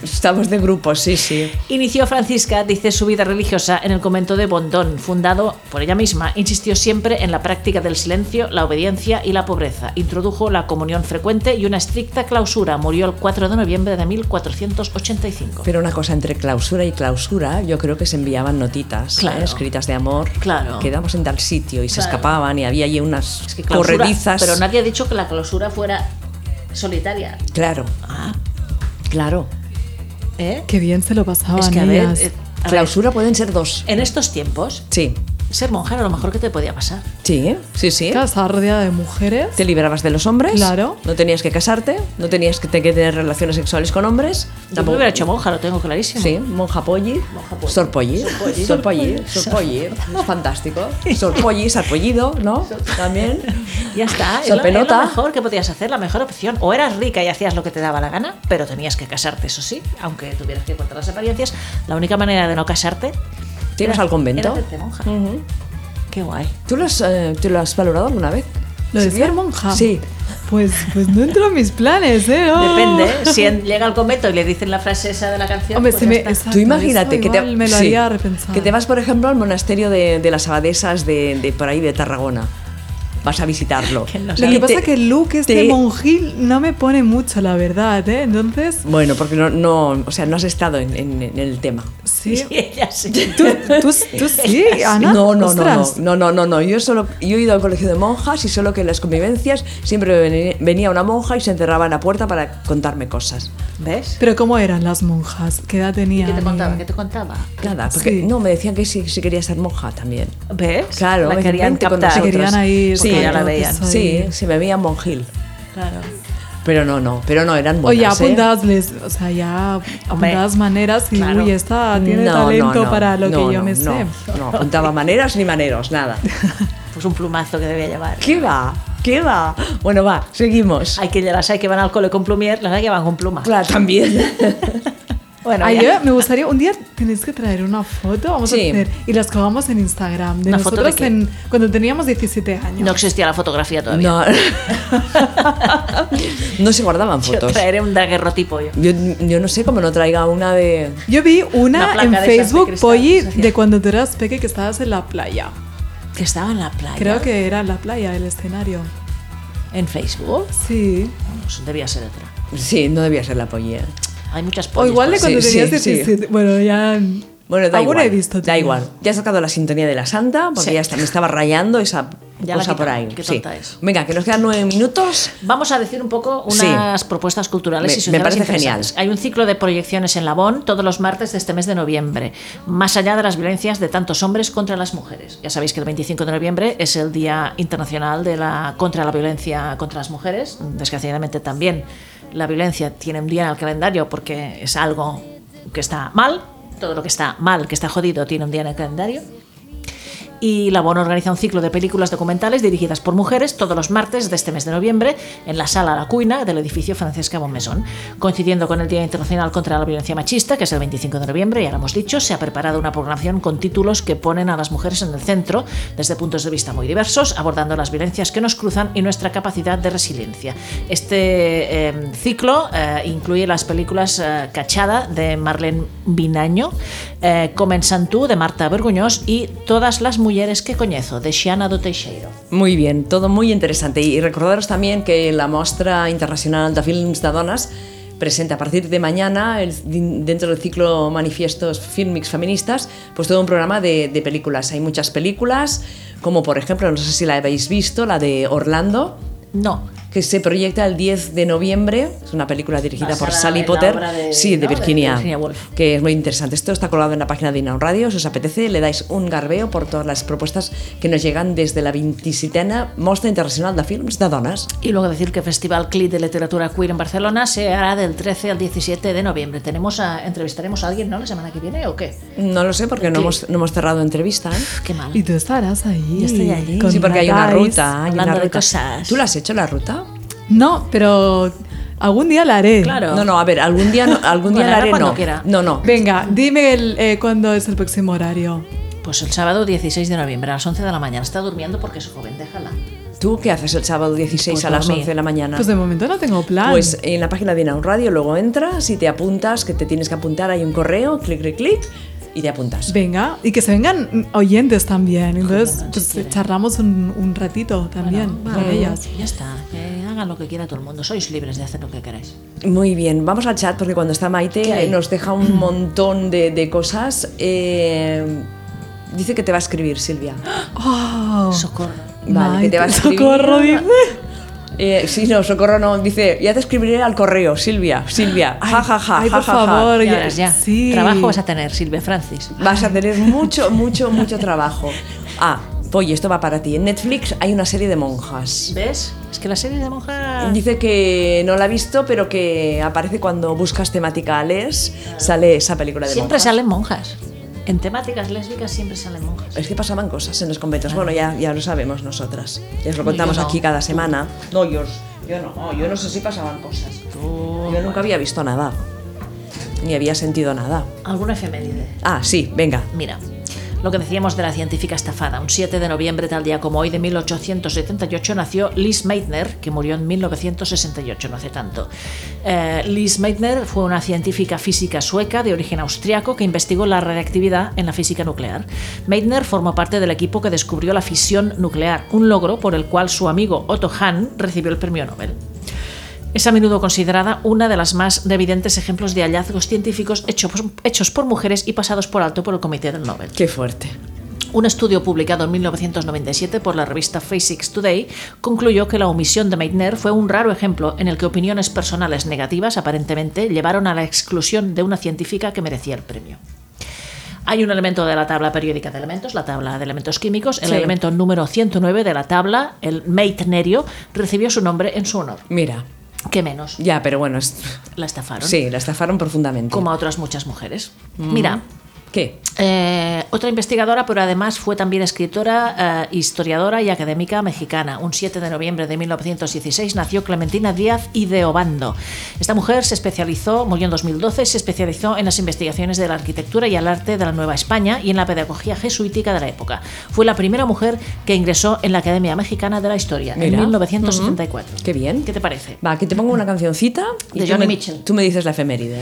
Speaker 1: mm, estamos de grupo, sí, sí.
Speaker 2: Inició Francisca, dice, su vida religiosa en el convento de Bondón, fundado por ella misma. Insistió siempre en la práctica del silencio, la obediencia y la pobreza. Introdujo la comunión frecuente y una estricta clausura. Murió el 4 de noviembre de 1485.
Speaker 1: Pero una cosa, entre clausura y clausura, yo creo que se enviaban notitas, ¿eh?
Speaker 2: Claro.
Speaker 1: escritas de amor.
Speaker 2: Claro.
Speaker 1: Quedamos en tal sitio y se
Speaker 2: Claro.
Speaker 1: escapaban y había allí unas
Speaker 2: Es que clausura-
Speaker 1: corredizas.
Speaker 2: Pero nadie ha dicho que la clausura fuera solitaria.
Speaker 1: Claro,
Speaker 2: Ah,
Speaker 1: claro.
Speaker 2: ¿eh?
Speaker 3: Qué bien se lo pasaban
Speaker 2: Es que a ver,
Speaker 3: ellas.
Speaker 2: eh, a ver,
Speaker 1: Clausura pueden ser dos.
Speaker 2: en estos tiempos
Speaker 1: Sí.
Speaker 2: ser monja era lo mejor que te podía pasar.
Speaker 1: Sí, ¿eh? sí, sí.
Speaker 3: Claro, estabas rodeada de mujeres.
Speaker 1: Te liberabas de los hombres.
Speaker 3: Claro.
Speaker 1: No tenías que casarte, no tenías que, te- que tener relaciones sexuales con hombres.
Speaker 2: Yo me hubiera hecho monja, lo tengo clarísimo.
Speaker 1: Sí, monja polli, sorpolli, sorpolli, sorpolli, es fantástico. Sorpolli, sarpollido, ¿no? También.
Speaker 2: Ya está, es lo, es
Speaker 1: Sorpenota.
Speaker 2: lo mejor que podías hacer, la mejor opción. O eras rica y hacías lo que te daba la gana, pero tenías que casarte, eso sí, aunque tuvieras que contar las apariencias. La única manera de no casarte
Speaker 1: ¿Te ibas
Speaker 2: era-
Speaker 1: al convento?
Speaker 2: era hacerte monja.
Speaker 1: Ujú.
Speaker 2: Qué guay.
Speaker 1: ¿Tú lo has, eh, tú lo has valorado alguna vez?
Speaker 3: ¿Lo de
Speaker 1: Silvia?
Speaker 3: ser monja?
Speaker 1: ¿eh? Sí.
Speaker 3: Pues, pues no entró en mis planes, ¿eh? Oh.
Speaker 2: Depende, ¿eh? si en- llega al convento y le dicen la frase esa de la canción.
Speaker 3: Hombre,
Speaker 2: pues
Speaker 3: si
Speaker 2: ya
Speaker 3: me-
Speaker 2: está.
Speaker 3: esa-
Speaker 1: Tú
Speaker 3: Exacto,
Speaker 1: imagínate
Speaker 3: eso
Speaker 1: que te,
Speaker 3: igual me lo haría repensar.
Speaker 1: que te vas, por ejemplo, al monasterio de, de las abadesas de, de por ahí de Tarragona. Vas a visitarlo.
Speaker 2: Que no
Speaker 1: Y
Speaker 3: Lo que
Speaker 1: te-
Speaker 3: pasa es que el look este
Speaker 1: te-
Speaker 3: monjil no me pone mucho, la verdad, ¿eh? Entonces,
Speaker 1: Bueno, porque no, no, o sea, no has estado en, en- en el tema.
Speaker 3: sí.
Speaker 2: Y ella sí.
Speaker 3: ¿Tú, tú, tú sí, Ana?
Speaker 1: No, no, no, no,
Speaker 3: Ostras.
Speaker 1: no, no, no, no. Yo solo, yo he ido al colegio de monjas y solo que en las convivencias siempre veni- venía una monja y se encerraba en la puerta para contarme cosas.
Speaker 2: ¿Ves?
Speaker 3: Pero ¿cómo eran las monjas? ¿Qué edad tenían?
Speaker 2: ¿Qué te contaba? ¿Qué te contaba?
Speaker 1: Nada, porque
Speaker 3: Sí.
Speaker 1: no, me decían que si, si quería ser monja también.
Speaker 2: ¿Ves?
Speaker 1: Claro,
Speaker 2: la
Speaker 1: me
Speaker 2: querían
Speaker 1: vente con
Speaker 2: captar.
Speaker 1: nosotros.
Speaker 3: Querían ahí
Speaker 1: Sí, ya
Speaker 2: porque ya la
Speaker 1: lo
Speaker 2: veían.
Speaker 3: Soy-
Speaker 1: Sí, se me veía monjil.
Speaker 2: Claro.
Speaker 1: Pero no, no, pero no, eran
Speaker 3: Oye,
Speaker 1: buenas. ¿eh?
Speaker 3: apuntadles, o sea, ya
Speaker 2: Hombre,
Speaker 3: apuntadas maneras y
Speaker 2: claro.
Speaker 3: uy, esta tiene talento para lo
Speaker 1: no,
Speaker 3: que yo
Speaker 1: no,
Speaker 3: me
Speaker 1: no,
Speaker 3: sé.
Speaker 1: No, apuntaba maneras ni maneros, nada.
Speaker 2: Pues un plumazo que debía llevar.
Speaker 1: ¿Qué va? ¿Qué va? Bueno, va, seguimos.
Speaker 2: Hay que las hay que van al cole con plumier, las hay que van con pluma.
Speaker 1: Claro, también.
Speaker 2: Bueno,
Speaker 3: Ay,
Speaker 2: ya.
Speaker 3: yo me gustaría, un día tenéis que traer una foto, vamos
Speaker 1: Sí.
Speaker 3: a hacer, y las colgamos en Instagram, de
Speaker 2: ¿Una foto de
Speaker 3: nosotros
Speaker 2: qué?
Speaker 3: en, cuando teníamos 17 años.
Speaker 2: no existía la fotografía todavía.
Speaker 1: No. no se guardaban
Speaker 2: Yo
Speaker 1: fotos.
Speaker 2: traeré un daguerrotipo yo.
Speaker 1: Yo, yo no sé cómo no traiga una de.
Speaker 3: Yo vi
Speaker 2: Una
Speaker 3: una,
Speaker 2: placa
Speaker 3: en
Speaker 2: de esas de
Speaker 3: Facebook,
Speaker 2: cristal,
Speaker 3: Polly,
Speaker 2: se hacía.
Speaker 3: de cuando tú eras peque que estabas en la playa.
Speaker 2: Que estaba en la playa.
Speaker 3: Creo que era la playa, el escenario.
Speaker 2: En Facebook.
Speaker 3: Sí.
Speaker 2: Pues debía ser otra.
Speaker 1: Sí, no debía ser la pollera.
Speaker 2: Hay muchas
Speaker 3: O
Speaker 2: pollas.
Speaker 3: igual de
Speaker 1: Sí,
Speaker 3: cuando
Speaker 1: sí,
Speaker 3: tenías
Speaker 1: sí.
Speaker 3: 17. Bueno, ya.
Speaker 1: Bueno, da
Speaker 3: Alguna
Speaker 1: igual.
Speaker 3: he visto.
Speaker 1: Da
Speaker 3: tío.
Speaker 1: igual. Ya has sacado la sintonía de la santa, porque
Speaker 2: Sí.
Speaker 1: ya está, me estaba rayando esa
Speaker 2: Ya la
Speaker 1: cosa por
Speaker 2: quitamos,
Speaker 1: ahí.
Speaker 2: qué
Speaker 1: Sí.
Speaker 2: tonta es.
Speaker 1: Venga, que nos quedan nueve minutos.
Speaker 2: Vamos a decir un poco
Speaker 1: Sí.
Speaker 2: unas propuestas culturales
Speaker 1: Me-
Speaker 2: y
Speaker 1: me
Speaker 2: sociales
Speaker 1: parece
Speaker 2: interesantes.
Speaker 1: genial.
Speaker 2: Hay un ciclo de proyecciones en Labón todos los martes de este mes de noviembre, más allá de las violencias de tantos hombres contra las mujeres. Ya sabéis que el 25 de noviembre es el Día Internacional de la contra la violencia contra las mujeres. Desgraciadamente también la violencia tiene un día en el calendario porque es algo que está mal. Todo lo que está mal, que está jodido, tiene un día en el calendario. Y Labón organiza un ciclo de películas documentales dirigidas por mujeres todos los martes de este mes de noviembre en la Sala La Cuina del edificio Francesca Bonmesón. Coincidiendo con el Día Internacional contra la Violencia Machista, que es el 25 de noviembre, ya lo hemos dicho, se ha preparado una programación con títulos que ponen a las mujeres en el centro desde puntos de vista muy diversos, abordando las violencias que nos cruzan y nuestra capacidad de resiliencia. Este eh, ciclo eh, incluye las películas eh, Cachada de Marlene Binaño, eh, Comensan tú de Marta Verguñós y Todas las mujeres que coñezo de Xiana do Teixeiro.
Speaker 1: Muy bien, todo muy interesante. Y recordaros también que la Mostra Internacional de Films de Dones presenta a partir de mañana, el- dentro del ciclo Manifiestos Fílmics Feministas, pues todo un programa de, de películas. Hay muchas películas, como por ejemplo, no sé si la habéis visto, la de Orlando,
Speaker 2: No,
Speaker 1: que se proyecta el 10 de noviembre. Es una película dirigida
Speaker 2: Basada
Speaker 1: por Sally
Speaker 2: en la
Speaker 1: Potter.
Speaker 2: obra de-
Speaker 1: sí, de
Speaker 2: ¿no? de
Speaker 1: Virginia.
Speaker 2: Virginia Woolf.
Speaker 1: Que es muy interesante. Esto está colgado en la página de Inaun Radio. Si os apetece, le dais un garbeo por todas las propuestas que nos llegan desde la 27 Mostra Internacional de Films de Dones.
Speaker 2: Y luego decir que Festival CLIT de Literatura Queer en Barcelona se hará del 13 al 17 de noviembre. Tenemos a- entrevistaremos a alguien, ¿no? La semana que viene o qué?
Speaker 1: No lo sé porque no
Speaker 2: Ok.
Speaker 1: hemos, no hemos cerrado entrevista. ¿eh?
Speaker 2: Qué mal.
Speaker 3: Y tú estarás ahí.
Speaker 2: Yo estoy allí.
Speaker 3: con
Speaker 1: Sí, porque hay una
Speaker 3: Natais.
Speaker 1: ruta. Hay
Speaker 2: hablando
Speaker 1: una
Speaker 2: de
Speaker 1: ruta.
Speaker 2: cosas.
Speaker 1: ¿Tú la has hecho la ruta?
Speaker 3: No, pero algún día la haré.
Speaker 2: Claro.
Speaker 1: No, no, a ver, algún día, no- algún día
Speaker 2: Bueno,
Speaker 1: la
Speaker 2: ahora
Speaker 1: haré.
Speaker 2: cuando
Speaker 1: No.
Speaker 2: quiera.
Speaker 1: no, no.
Speaker 3: Venga, dime el, eh, cuándo es el próximo horario.
Speaker 2: Pues el sábado 16 de noviembre a las 11 de la mañana. Está durmiendo porque es joven, déjala.
Speaker 1: ¿Tú qué haces el sábado 16
Speaker 2: Pues
Speaker 1: a las
Speaker 2: dormir.
Speaker 1: 11 de la mañana?
Speaker 3: Pues de momento no tengo plan.
Speaker 1: Pues en la página de Inaun Radio luego entras y te apuntas, que te tienes que apuntar, hay un correo, clic, clic, clic, y te apuntas.
Speaker 3: Venga, y que se vengan oyentes también. Entonces,
Speaker 2: vengan, si
Speaker 3: pues
Speaker 2: quieren.
Speaker 3: charlamos un, un ratito también con ellas.
Speaker 2: Ya está, que hagan lo que quiera todo el mundo. Sois libres de hacer lo que queráis.
Speaker 1: Muy bien, vamos al chat porque cuando está
Speaker 2: ¿Qué
Speaker 1: Maite
Speaker 2: hay?
Speaker 1: eh, nos deja un montón de, de cosas. Eh, dice que te va a escribir, Silvia.
Speaker 3: Oh,
Speaker 2: Socorro.
Speaker 1: Vale, que te va a
Speaker 3: Maite,
Speaker 1: escribir.
Speaker 3: socorro, dice.
Speaker 1: Eh, sí, no, socorro no. Dice, ya te escribiré al correo, Silvia, Silvia. Ja, ja, ja,
Speaker 3: Ay,
Speaker 1: ja,
Speaker 3: por
Speaker 1: ja, ja.
Speaker 3: favor,
Speaker 2: Ya
Speaker 3: ya-
Speaker 2: verás, ya.
Speaker 3: sí.
Speaker 2: Trabajo vas a tener, Silvia Francis.
Speaker 1: Vas a tener mucho, mucho, mucho trabajo. Ah, Polly, esto va para ti. En Netflix hay una serie de monjas.
Speaker 2: ¿Ves? Es que la serie de monjas...
Speaker 1: Dice que no la ha visto, pero que aparece cuando buscas temática les, sale esa película de
Speaker 2: Siempre
Speaker 1: monjas.
Speaker 2: salen monjas. En temáticas lésbicas siempre salen monjas.
Speaker 1: Es que pasaban cosas en los conventos. Bueno, ya, ya lo sabemos nosotras. Ya os lo
Speaker 2: No,
Speaker 1: contamos
Speaker 2: yo no.
Speaker 1: aquí cada semana. No, yo, yo no. Yo no sé si pasaban cosas. Yo nunca había visto nada. Ni había sentido nada.
Speaker 2: Alguna efeméride.
Speaker 1: Ah, sí, venga.
Speaker 2: Mira, lo que decíamos de la científica estafada. Un 7 de noviembre, tal día como hoy de 1878, nació Liz Meitner, que murió en 1968, no hace tanto. Eh, Liz Meitner fue una científica física sueca de origen austriaco que investigó la radiactividad en la física nuclear. Meitner formó parte del equipo que descubrió la fisión nuclear, un logro por el cual su amigo Otto Hahn recibió el premio Nobel. Es a menudo considerada una de las más evidentes ejemplos de hallazgos científicos hechos, hechos por mujeres y pasados por alto por el Comité del Nobel.
Speaker 1: Qué fuerte.
Speaker 2: Un estudio publicado en 1997 por la revista Physics Today concluyó que la omisión de Meitner fue un raro ejemplo en el que opiniones personales negativas aparentemente llevaron a la exclusión de una científica que merecía el premio. Hay un elemento de la tabla periódica de elementos, la tabla de elementos químicos, el
Speaker 1: Sí.
Speaker 2: elemento número 109 de la tabla, el Meitnerio, recibió su nombre en su honor.
Speaker 1: Mira,
Speaker 2: ¿Qué menos?
Speaker 1: ya, pero bueno, es-
Speaker 2: La estafaron.
Speaker 1: sí, la estafaron profundamente.
Speaker 2: Como a otras muchas mujeres. Mira,
Speaker 1: ¿Qué?
Speaker 2: eh, otra investigadora, pero además fue también escritora, eh, historiadora y académica mexicana. Un 7 de noviembre de 1916 nació Clementina Díaz y de Obando. Esta mujer se especializó, murió en 2012, se especializó en las investigaciones de la arquitectura y el arte de la Nueva España y en la pedagogía jesuítica de la época. Fue la primera mujer que ingresó en la Academia Mexicana de la Historia
Speaker 1: Mira.
Speaker 2: en 1974.
Speaker 1: Ujú. Qué bien.
Speaker 2: ¿Qué te parece?
Speaker 1: Va, que te pongo una cancioncita.
Speaker 2: De
Speaker 1: tú
Speaker 2: Johnny
Speaker 1: me-
Speaker 2: Mitchell.
Speaker 1: Tú me dices la efeméride.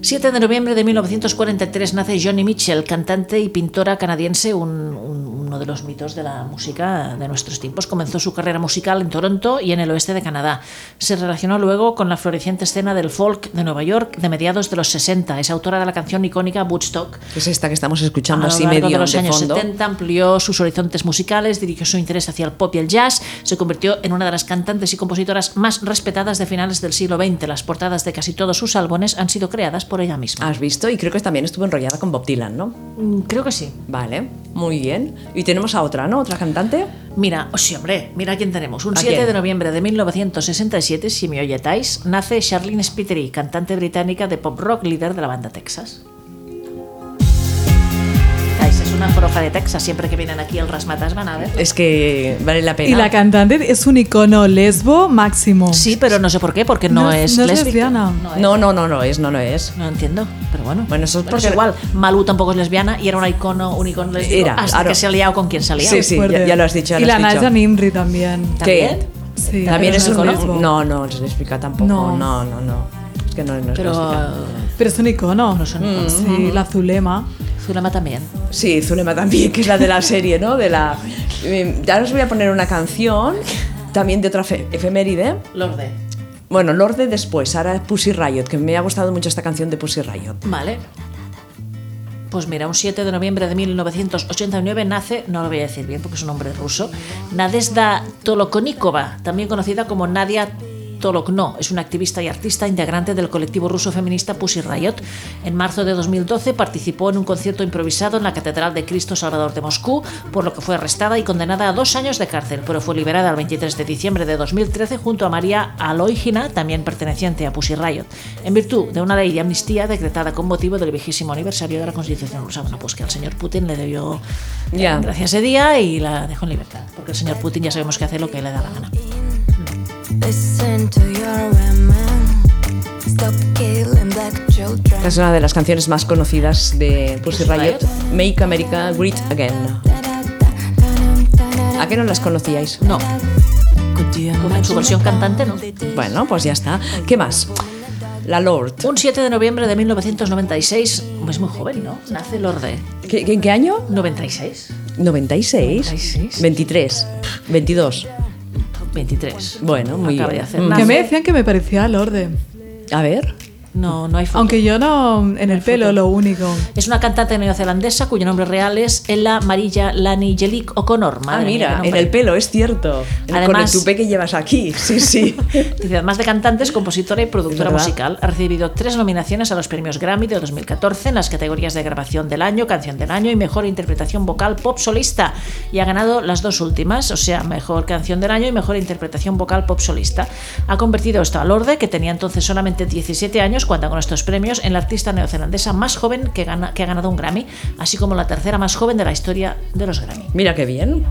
Speaker 2: 7 de noviembre de 1943 nace Johnny Mitchell, cantante y pintora canadiense, un- un- uno de los mitos de la música de nuestros tiempos. Comenzó su carrera musical en Toronto y en el oeste de Canadá. Se relacionó luego con la floreciente escena del folk de Nueva York de mediados de los 60. Es autora de la canción icónica Woodstock,
Speaker 1: Que es esta que estamos
Speaker 2: a
Speaker 1: escuchando
Speaker 2: lo
Speaker 1: así
Speaker 2: largo
Speaker 1: medio
Speaker 2: de Ah, los
Speaker 1: de
Speaker 2: años
Speaker 1: fondo.
Speaker 2: 70 amplió sus horizontes musicales, dirigió su interés hacia el pop y el jazz, se convirtió en una de las cantantes y compositoras más respetadas de finales del siglo XX. Las portadas de casi todos sus álbumes han sido creadas por ella misma.
Speaker 1: Has visto, y creo que también estuvo enrollada con Bob Dylan, ¿no?
Speaker 2: Mm, Creo que sí.
Speaker 1: Vale, muy bien. Y tenemos a otra, ¿no? Otra cantante.
Speaker 2: Mira, oh, sí, hombre, mira quién tenemos. Un
Speaker 1: ¿A
Speaker 2: 7
Speaker 1: quién?
Speaker 2: de noviembre de 1967, si me oyetáis, nace Charlene Spiteri, cantante británica de pop rock, líder de la banda Texas. Guys, Es una jorofa de Texas, siempre que vienen aquí el Rasmatas van a ver.
Speaker 1: Es que vale la pena.
Speaker 3: Y la cantante es un icono lesbo máximo.
Speaker 2: Sí, pero no sé por qué, porque no,
Speaker 3: No es-
Speaker 2: es,
Speaker 3: no es
Speaker 2: lésbica.
Speaker 3: lesbiana.
Speaker 2: No, es.
Speaker 1: No, no, no, no es, no, no es.
Speaker 2: No entiendo, pero bueno.
Speaker 1: Bueno, eso es
Speaker 2: Pero
Speaker 1: porque-
Speaker 2: igual, Malú tampoco es lesbiana y era una icono, un icono lésbico
Speaker 1: Era,
Speaker 2: hasta
Speaker 1: claro.
Speaker 2: que se ha liado con quien se ha liado.
Speaker 1: Sí, sí,
Speaker 3: Fuerte.
Speaker 1: ya, ya lo has dicho. ya
Speaker 3: Y
Speaker 1: lo
Speaker 3: la
Speaker 1: has dicho.
Speaker 3: Naja Nimri también.
Speaker 2: ¿También?
Speaker 3: Sí,
Speaker 1: También
Speaker 3: pero
Speaker 1: es un.
Speaker 3: no lesbo.
Speaker 1: No, no, no se le explica tampoco. No,
Speaker 3: No.
Speaker 1: no, no. Es que no, no es
Speaker 2: Pero
Speaker 1: lésbica.
Speaker 3: Pero es un icono. Ah.
Speaker 2: No son iconos.
Speaker 3: Sí, la Zulema.
Speaker 2: Zulema también.
Speaker 1: Sí, Zulema también, que es la de la serie, ¿no? De la. Eh, Ahora os voy a poner una canción, también de otra fe- efeméride.
Speaker 2: Lorde.
Speaker 1: Bueno, Lorde después, ahora Pussy Riot, que me ha gustado mucho esta canción de Pussy Riot.
Speaker 2: Vale. Pues mira, un 7 de noviembre de 1989 nace, no lo voy a decir bien porque es un nombre ruso, Nadezhda Tolokonikova, también conocida como Nadia Tolokno. Es una activista y artista integrante del colectivo ruso feminista Pussy Riot. En marzo de 2012 participó en un concierto improvisado en la Catedral de Cristo Salvador de Moscú, por lo que fue arrestada y condenada a dos años de cárcel, pero fue liberada el 23 de diciembre de 2013 junto a María Aloygina, también perteneciente a Pussy Riot, en virtud de una ley de amnistía decretada con motivo del vigésimo aniversario de la Constitución rusa. Bueno, pues que al señor Putin le debió eh,
Speaker 1: Ya.
Speaker 2: gracias ese día y la dejó en libertad, porque el señor Putin ya sabemos que hace lo que le da la gana.
Speaker 9: Listen to your women. Stop killing black children.
Speaker 1: Esta es una de las canciones más conocidas de Pussy
Speaker 2: Pussy
Speaker 1: Riot, Make America Great Again. ¿A qué no las conocíais?
Speaker 2: No, como en su versión cantante, no.
Speaker 1: Bueno, pues ya está. ¿Qué más? La Lord.
Speaker 2: Un 7 de noviembre de 1996, es muy joven, ¿no? Nace Lorde.
Speaker 1: ¿Qué- qué- ¿En qué año?
Speaker 2: 96,
Speaker 1: 96.
Speaker 2: 96.
Speaker 1: 23. 22.
Speaker 2: 23.
Speaker 1: Bueno, muy
Speaker 2: Acaba
Speaker 1: bien.
Speaker 2: de hacer
Speaker 1: Mm.
Speaker 3: Ah,
Speaker 2: nada.
Speaker 3: Que me decían que me parecía a Lorde.
Speaker 1: A ver.
Speaker 2: No, no hay foto.
Speaker 3: Aunque yo no, en el pelo lo único.
Speaker 2: Es una cantante neozelandesa cuyo nombre real es Ella Marilla Lani Jelik O'Connor.
Speaker 1: Ah,
Speaker 2: Madre mía, qué
Speaker 1: mira, en
Speaker 2: nombre.
Speaker 1: el pelo, es cierto. En- con el
Speaker 2: Además-
Speaker 1: tupé que llevas aquí, sí, sí.
Speaker 2: Dice, además de cantante, es compositora y productora
Speaker 1: Es verdad.
Speaker 2: musical. Ha recibido tres nominaciones a los premios Grammy de 2014 en las categorías de grabación del año, canción del año y mejor interpretación vocal pop solista. Y ha ganado las dos últimas, o sea, mejor canción del año y mejor interpretación vocal pop solista. Ha convertido esto a Lorde, que tenía entonces solamente 17 años, cuenta con estos premios, en la artista neozelandesa más joven que, gana- que ha ganado un Grammy, así como la tercera más joven de la historia de los Grammy.
Speaker 1: Mira qué bien.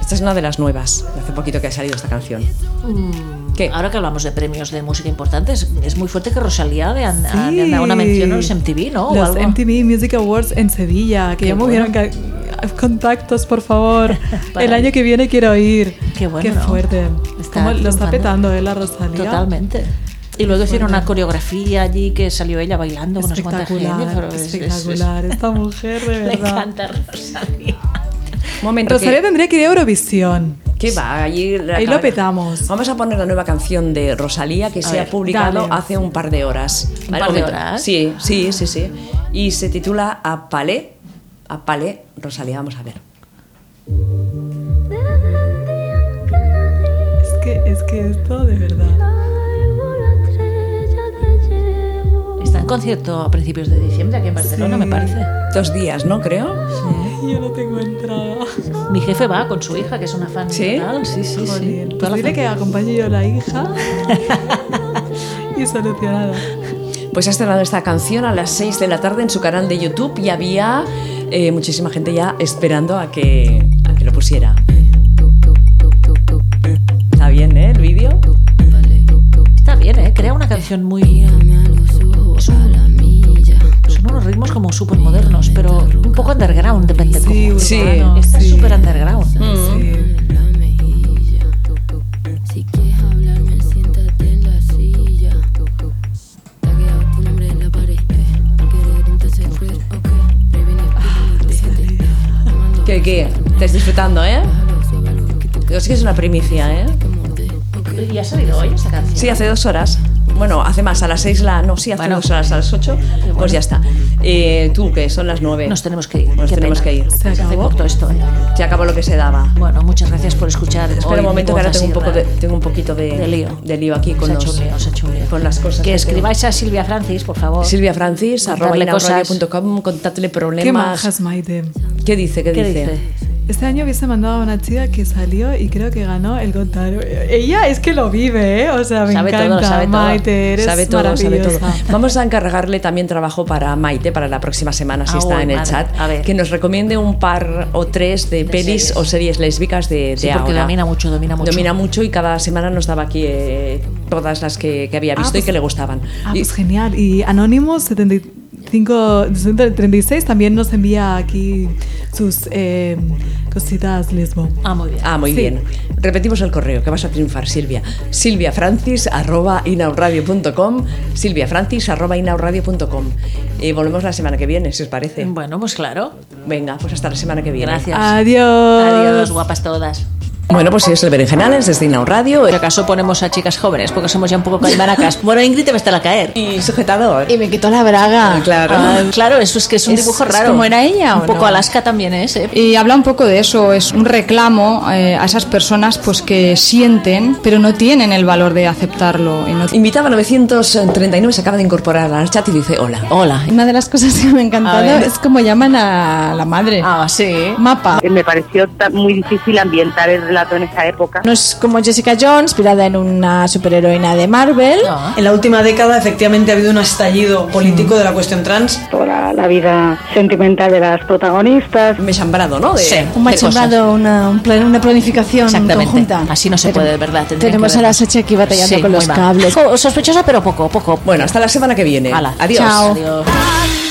Speaker 1: Esta es una de las nuevas, de hace poquito que ha salido esta canción. ¿Qué?
Speaker 2: Ahora que hablamos de premios de música importantes, es muy fuerte que Rosalía le han,
Speaker 3: Sí.
Speaker 2: le han dado una mención en los MTV, ¿no? O
Speaker 3: Los
Speaker 2: algo.
Speaker 3: MTV Music Awards en Sevilla, que
Speaker 2: Qué
Speaker 3: ya movieron ca- contactos, por favor. El año que viene quiero ir.
Speaker 2: Qué bueno, ¿no?
Speaker 3: fuerte.
Speaker 2: Está
Speaker 3: Cómo lo está
Speaker 2: triunfando.
Speaker 3: petando, ¿eh? La Rosalía.
Speaker 2: Totalmente. Y luego hicieron una coreografía allí que salió ella bailando con no sé cuánta gente. pero
Speaker 3: Espectacular,
Speaker 2: es- es- es-
Speaker 3: espectacular. Esta mujer, de
Speaker 2: Le
Speaker 3: verdad.
Speaker 2: encanta Rosalía.
Speaker 1: Un momento.
Speaker 3: Rosalía
Speaker 1: que-
Speaker 3: tendría que ir a Eurovisión.
Speaker 1: ¿Qué va? Allí, la-
Speaker 3: Ahí lo petamos.
Speaker 1: Vamos a poner la nueva canción de Rosalía que se
Speaker 2: ver,
Speaker 1: ha publicado
Speaker 3: dale.
Speaker 1: hace un par de horas.
Speaker 2: ¿Un
Speaker 1: Vale,
Speaker 2: par de
Speaker 1: momento.
Speaker 2: horas?
Speaker 1: Sí, sí, sí, sí. Y se titula A Palé. A Palé, Rosalía, vamos a ver.
Speaker 3: Es que, es que esto, de verdad.
Speaker 2: Está en concierto a principios de diciembre aquí en Barcelona, me parece.
Speaker 1: Dos días, ¿no? Creo.
Speaker 3: Yo no tengo entrada.
Speaker 2: Mi jefe va con su hija, que es una fan.
Speaker 1: ¿Sí?
Speaker 2: total. Sí, sí, sí.
Speaker 3: Jolín.
Speaker 2: Toda la
Speaker 3: Pues dile
Speaker 2: fan-
Speaker 3: que acompañe yo a la hija. y solucionado.
Speaker 1: Pues ha estrenado esta canción a las 6 de la tarde en su canal de YouTube y había eh, muchísima gente ya esperando a que, a que lo pusiera. Está bien, ¿eh? El vídeo.
Speaker 2: Está bien, ¿eh? Crea una canción muy... Son unos ritmos como súper modernos, pero un poco underground, depende
Speaker 3: Sí,
Speaker 2: cómo.
Speaker 1: Sí.
Speaker 3: urbano,
Speaker 2: Está
Speaker 3: sí.
Speaker 2: súper underground.
Speaker 3: Sí.
Speaker 9: Si quieres hablarme, siéntate en la silla. Taguea tu nombre en la pared. eh. Al querer, entonces pues, ok. Revenir, pídeme, Tomando
Speaker 1: ¿Qué, qué? Estás disfrutando, ¿eh? Yo sé que es una primicia, ¿eh?
Speaker 2: ¿Y ha salido hoy esta canción?
Speaker 1: Sí, hace dos horas. Bueno, hace más, a las seis, la... no, sí, hace
Speaker 2: Bueno.
Speaker 1: dos horas, a las ocho. Pues ya está. Eh, Tú, que son las nueve.
Speaker 2: Nos tenemos que ir.
Speaker 1: Nos
Speaker 2: qué
Speaker 1: tenemos
Speaker 2: pena.
Speaker 1: que ir.
Speaker 2: Se hace corto esto, ¿eh?
Speaker 1: Se acabó lo que se daba.
Speaker 2: Bueno, muchas gracias por escuchar. hoy
Speaker 1: Espera un momento,
Speaker 2: mi
Speaker 1: que
Speaker 2: voz
Speaker 1: ahora tengo un,
Speaker 2: así
Speaker 1: poco de,
Speaker 2: rara.
Speaker 1: tengo un poquito de,
Speaker 2: De lío.
Speaker 1: de lío aquí con,
Speaker 2: Se ha
Speaker 1: los-
Speaker 2: hecho un lío, se ha hecho un lío.
Speaker 1: con las cosas.
Speaker 2: Que
Speaker 1: tengo.
Speaker 2: escribáis a Silvia Francis, por favor.
Speaker 1: Silvia Francis, arroba
Speaker 2: Contarle cosas.
Speaker 1: inauradio.com, contadle problemas.
Speaker 3: Qué majas, Maite.
Speaker 1: ¿Qué dice? ¿Qué,
Speaker 2: ¿Qué
Speaker 1: dice?
Speaker 2: dice?
Speaker 3: Este año hubiese mandado a una chica que salió y creo que ganó el Got Talent. Ella es que lo vive, ¿eh? O sea, me
Speaker 2: Sabe todo,
Speaker 3: encanta.
Speaker 2: sabe todo.
Speaker 3: Maite, eres
Speaker 1: sabe todo, sabe todo.
Speaker 3: maravillosa.
Speaker 1: Vamos a encargarle también trabajo para Maite para la próxima semana, si
Speaker 2: Ah,
Speaker 1: está
Speaker 2: uy,
Speaker 1: en el
Speaker 2: madre,
Speaker 1: chat.
Speaker 2: a ver.
Speaker 1: Que nos recomiende un par o tres de, pelis
Speaker 2: series.
Speaker 1: o series lésbicas de, de
Speaker 2: Sí, porque
Speaker 1: ahora.
Speaker 2: domina mucho, domina mucho.
Speaker 1: Domina mucho y cada semana nos daba aquí eh, todas las que, que había
Speaker 3: Ah,
Speaker 1: visto
Speaker 3: pues-
Speaker 1: y que le gustaban.
Speaker 3: Ah,
Speaker 1: Y-
Speaker 3: pues genial. Y Anonymous 75, 36 también nos envía aquí sus eh, cositas lesbo.
Speaker 2: Ah, muy bien.
Speaker 1: Ah, muy
Speaker 3: Sí.
Speaker 1: bien. Repetimos el correo, que vas a triunfar, Silvia. silviafrancis, arroba inauradio.com silviafrancis, arroba inauradio.com Y volvemos la semana que viene, si os parece.
Speaker 2: Bueno, pues claro.
Speaker 1: Venga, pues hasta la semana que viene.
Speaker 2: Gracias.
Speaker 3: Adiós.
Speaker 2: Adiós, guapas todas.
Speaker 1: Bueno, pues es el Berenjenales desde Inaun Radio.
Speaker 2: ¿Por acaso ponemos a chicas jóvenes? Porque somos ya un poco calmaracas. Bueno, Ingrid te va a estar a caer.
Speaker 1: Y sujetador.
Speaker 10: Y me quitó la braga.
Speaker 1: Claro.
Speaker 2: Ah, claro, eso es que es un
Speaker 10: Es-
Speaker 2: dibujo
Speaker 10: es
Speaker 2: raro.
Speaker 10: como era ella, ¿o
Speaker 2: Un poco
Speaker 10: no?
Speaker 2: Alaska también es, ¿eh?
Speaker 10: Y habla un poco de eso, es un reclamo eh, a esas personas pues que sienten, pero no tienen el valor de aceptarlo. y no-
Speaker 1: Invitaba 939, se acaba de incorporar al chat y dice hola.
Speaker 2: Hola.
Speaker 10: Una de las cosas que me ha encantado
Speaker 2: A ver.
Speaker 10: es como llaman a la madre.
Speaker 2: Ah, sí.
Speaker 10: Mapa.
Speaker 7: Eh, Me pareció ta- muy difícil ambientar el relato en esa época.
Speaker 11: No es como Jessica Jones, inspirada en una superheroína de Marvel.
Speaker 1: Ah.
Speaker 2: No.
Speaker 11: En la última década, efectivamente, ha habido un estallido político de la cuestión trans.
Speaker 7: Toda la vida sentimental de las protagonistas.
Speaker 1: Me he chambrado, ¿no? De-
Speaker 2: Sí.
Speaker 11: Un
Speaker 2: Qué cosas.
Speaker 11: machembrado, una, un plan- una planificación
Speaker 2: Exactamente.
Speaker 11: conjunta.
Speaker 2: Así no se puede, de verdad. Tendrían
Speaker 11: Tenemos
Speaker 2: que
Speaker 11: a
Speaker 2: ver.
Speaker 11: la Sachi aquí batallando
Speaker 2: Sí,
Speaker 11: con los
Speaker 2: muy mal.
Speaker 11: cables.
Speaker 2: Co- Sospechosa, pero poco, poco.
Speaker 1: Bueno, hasta la semana que viene.
Speaker 2: Hala.
Speaker 1: Adiós.
Speaker 11: Chao.
Speaker 2: Adiós.
Speaker 9: I